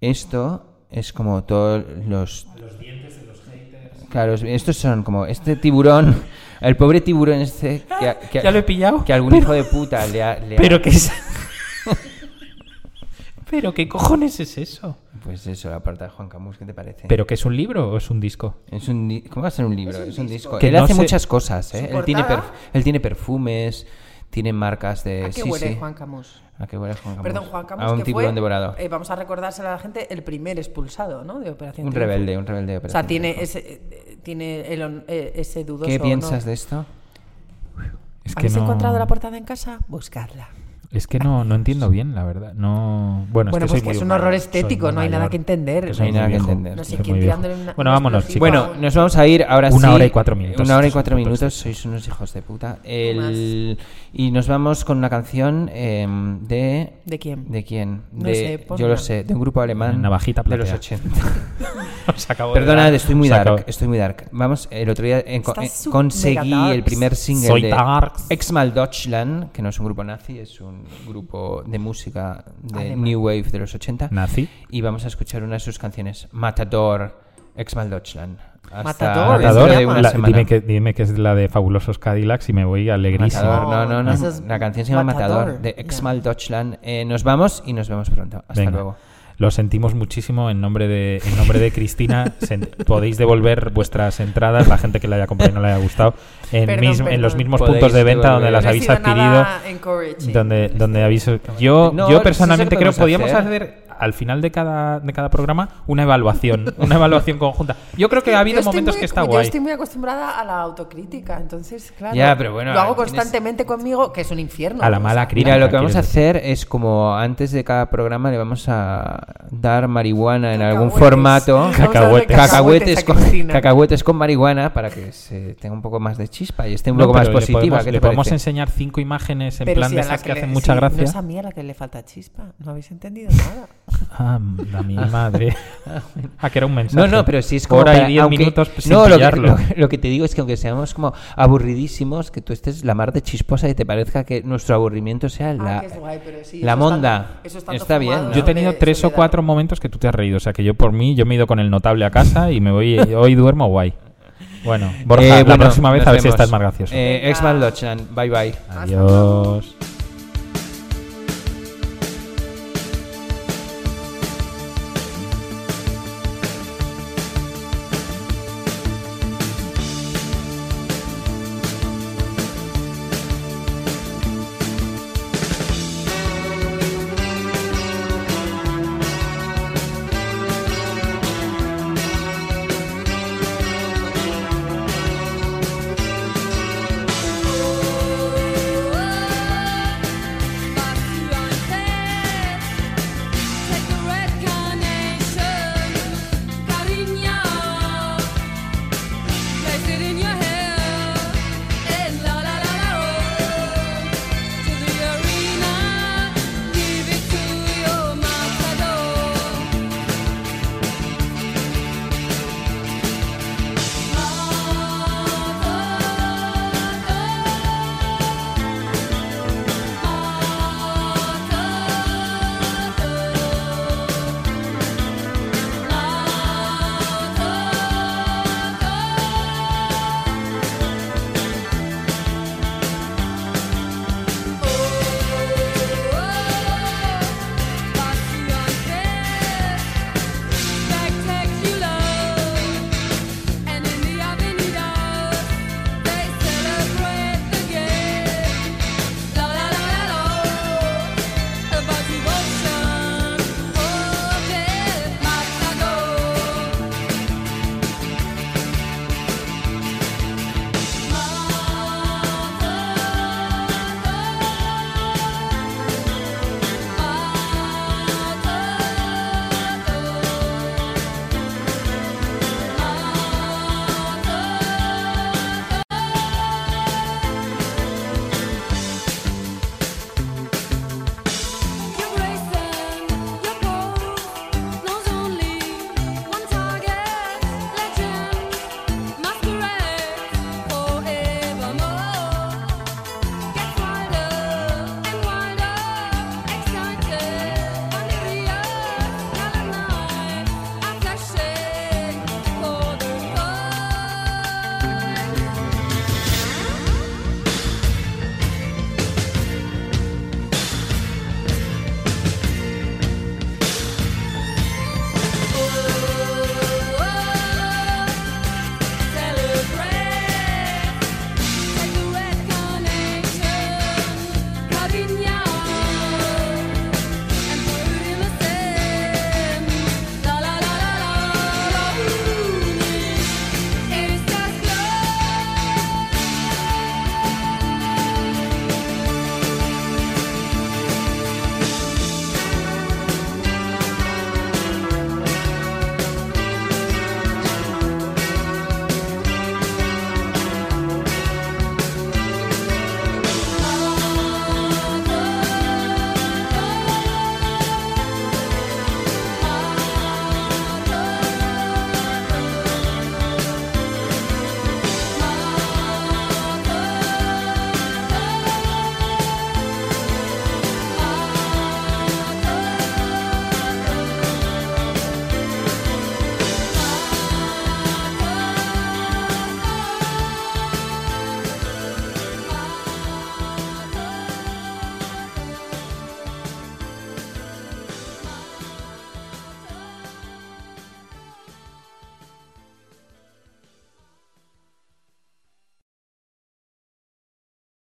Esto es como todos los... Claro, es- estos son como este tiburón, el pobre tiburón este que, a- que a-
Ya lo he pillado.
que algún hijo de puta le ha... le ha-
Pero
<laughs>
qué es... Pero qué cojones es eso.
Pues eso, la parte de Juan Camus, ¿qué te parece?
Pero que es un libro o es un disco.
Es un di- ¿Cómo va a ser un libro? Es un, disco.
Que
él
no
hace
sé-
muchas cosas, ¿eh?
¿Su
Él tiene,
portada?
perf- él tiene perfumes, tiene marcas de...
¿A qué
Eh, sí,
huele
sí.
Juan Camus?
¿A qué huele Juan Camus?
Perdón, Juan Camus,
A un
que
tiburón
fue,
devorado.
eh, vamos a recordárselo a la gente, el primer expulsado, ¿no? De Operación
un
Triunfo.
rebelde, un rebelde. de
O sea,
Operación
tiene
Triunfo.
ese, eh, tiene el on- eh, ese dudoso.
¿Qué
honor.
piensas de esto?
Es que
¿Habéis
no...
encontrado la portada en casa? Buscadla.
Es que no, no entiendo bien, la verdad. No... Bueno,
Bueno,
es que,
pues
soy
que
muy
es un
humano,
horror
soy
estético,
muy
no hay nada
mayor,
que entender.
soy
No hay
muy
nada que
viejo,
entender.
No sé
soy
quién
muy viejo.
tirándole una-
Bueno,
unas
vámonos,
flores.
chicos. <laughs>
Bueno, nos vamos a ir ahora
Una
sí.
hora y cuatro minutos. Pues
Una hora y
Estos
cuatro
putos.
minutos, sois unos hijos de puta. El- Y nos vamos con una canción eh, de...
¿De quién?
¿De quién?
No
de,
sé, pon
yo lo
una.
sé, de un grupo alemán
Navajita
de los
platea.
<laughs> 80.
Os acabo de
Perdona,
dar-
estoy muy
os acabo-
dark, estoy muy dark. Vamos, el otro día eh, co-
Estás
eh,
sub-
conseguí
mega darks.
el primer single
Soy
de
darks.
Exmal Deutschland, que no es un grupo nazi, es un grupo de música de
Alemán.
New Wave de los 80.
Nazi.
Y vamos a escuchar una de sus canciones, Matador, Exmal Deutschland. Hasta
Matador,
dentro
Matador,
de una
la-
semana.
dime, que, dime que es la de Fabulosos Cadillacs y me voy alegrísimo.
Matador, no, no, no.
Eso es
La canción se llama Matador,
Matador.
de
Ya.
Exmal Deutschland. Eh, nos vamos y nos vemos pronto. Hasta
Venga.
luego.
Lo sentimos muchísimo en nombre de, en nombre de Cristina. sen- podéis devolver vuestras entradas, la gente que la haya comprado y no le haya gustado, en,
Perdón,
mis- en
perdón.
los mismos
Podéis
puntos de venta donde
devolver.
las
No he
habéis
sido
adquirido.
nada encouraging.
Donde, donde habéis. Yo,
No,
yo
eso
personalmente
es lo que
creo que
podemos
podíamos hacer. al final de cada, de cada programa una evaluación, una evaluación conjunta. Yo creo que ha
Yo
habido
estoy
momentos
muy-
que está
yo
guay.
estoy muy acostumbrada a la autocrítica, entonces, claro.
Ya, pero bueno,
Lo hago
tienes-
constantemente conmigo, que es un infierno.
A la
o
mala
sea,
crítica.
Mira, lo que vamos a
quieres decir.
hacer es como antes de cada programa le vamos a dar marihuana en algún
Cacahuetes.
formato.
Vamos a darle
Cacahuetes.
Cacahuetes
Cacahuetes
con,
a Cristina.
cacahuetes con marihuana para que se tenga un poco más de chispa y esté un
No,
poco más
pero le
positiva.
podemos-
¿qué
le
te
podemos
parece?
enseñar cinco imágenes en
Pero
plan
si
de
a la
esas que,
le-
hacen mucha
sí,
gracia.
No es a mí a la que le falta chispa, no habéis entendido nada.
Ah, a mi madre. <laughs> ah, que era un mensaje.
No, no, pero sí es como.
Hora
para-
y diez
aunque-
minutos sin
no, lo que,
pillarlo.
lo, lo que te digo es que aunque seamos como aburridísimos, que tú estés la mar de chisposa y te parezca que nuestro aburrimiento sea la,
Ah, qué guay, pero
la
sí, eso es tan-
monda.
eso es tanto
Está bien.
fumado,
¿no?
Yo he tenido
de
tres o
soledad.
cuatro momentos que tú te has reído. O sea, que yo por mí, yo me he ido con el notable a casa y
<laughs>
me voy. Hoy duermo guay. Bueno, Borja,
Eh,
la
bueno,
próxima vez
nos
a ver si
vemos.
estás más gracioso.
Eh, Ex-Man Lochan, bye bye.
Adiós.
oh,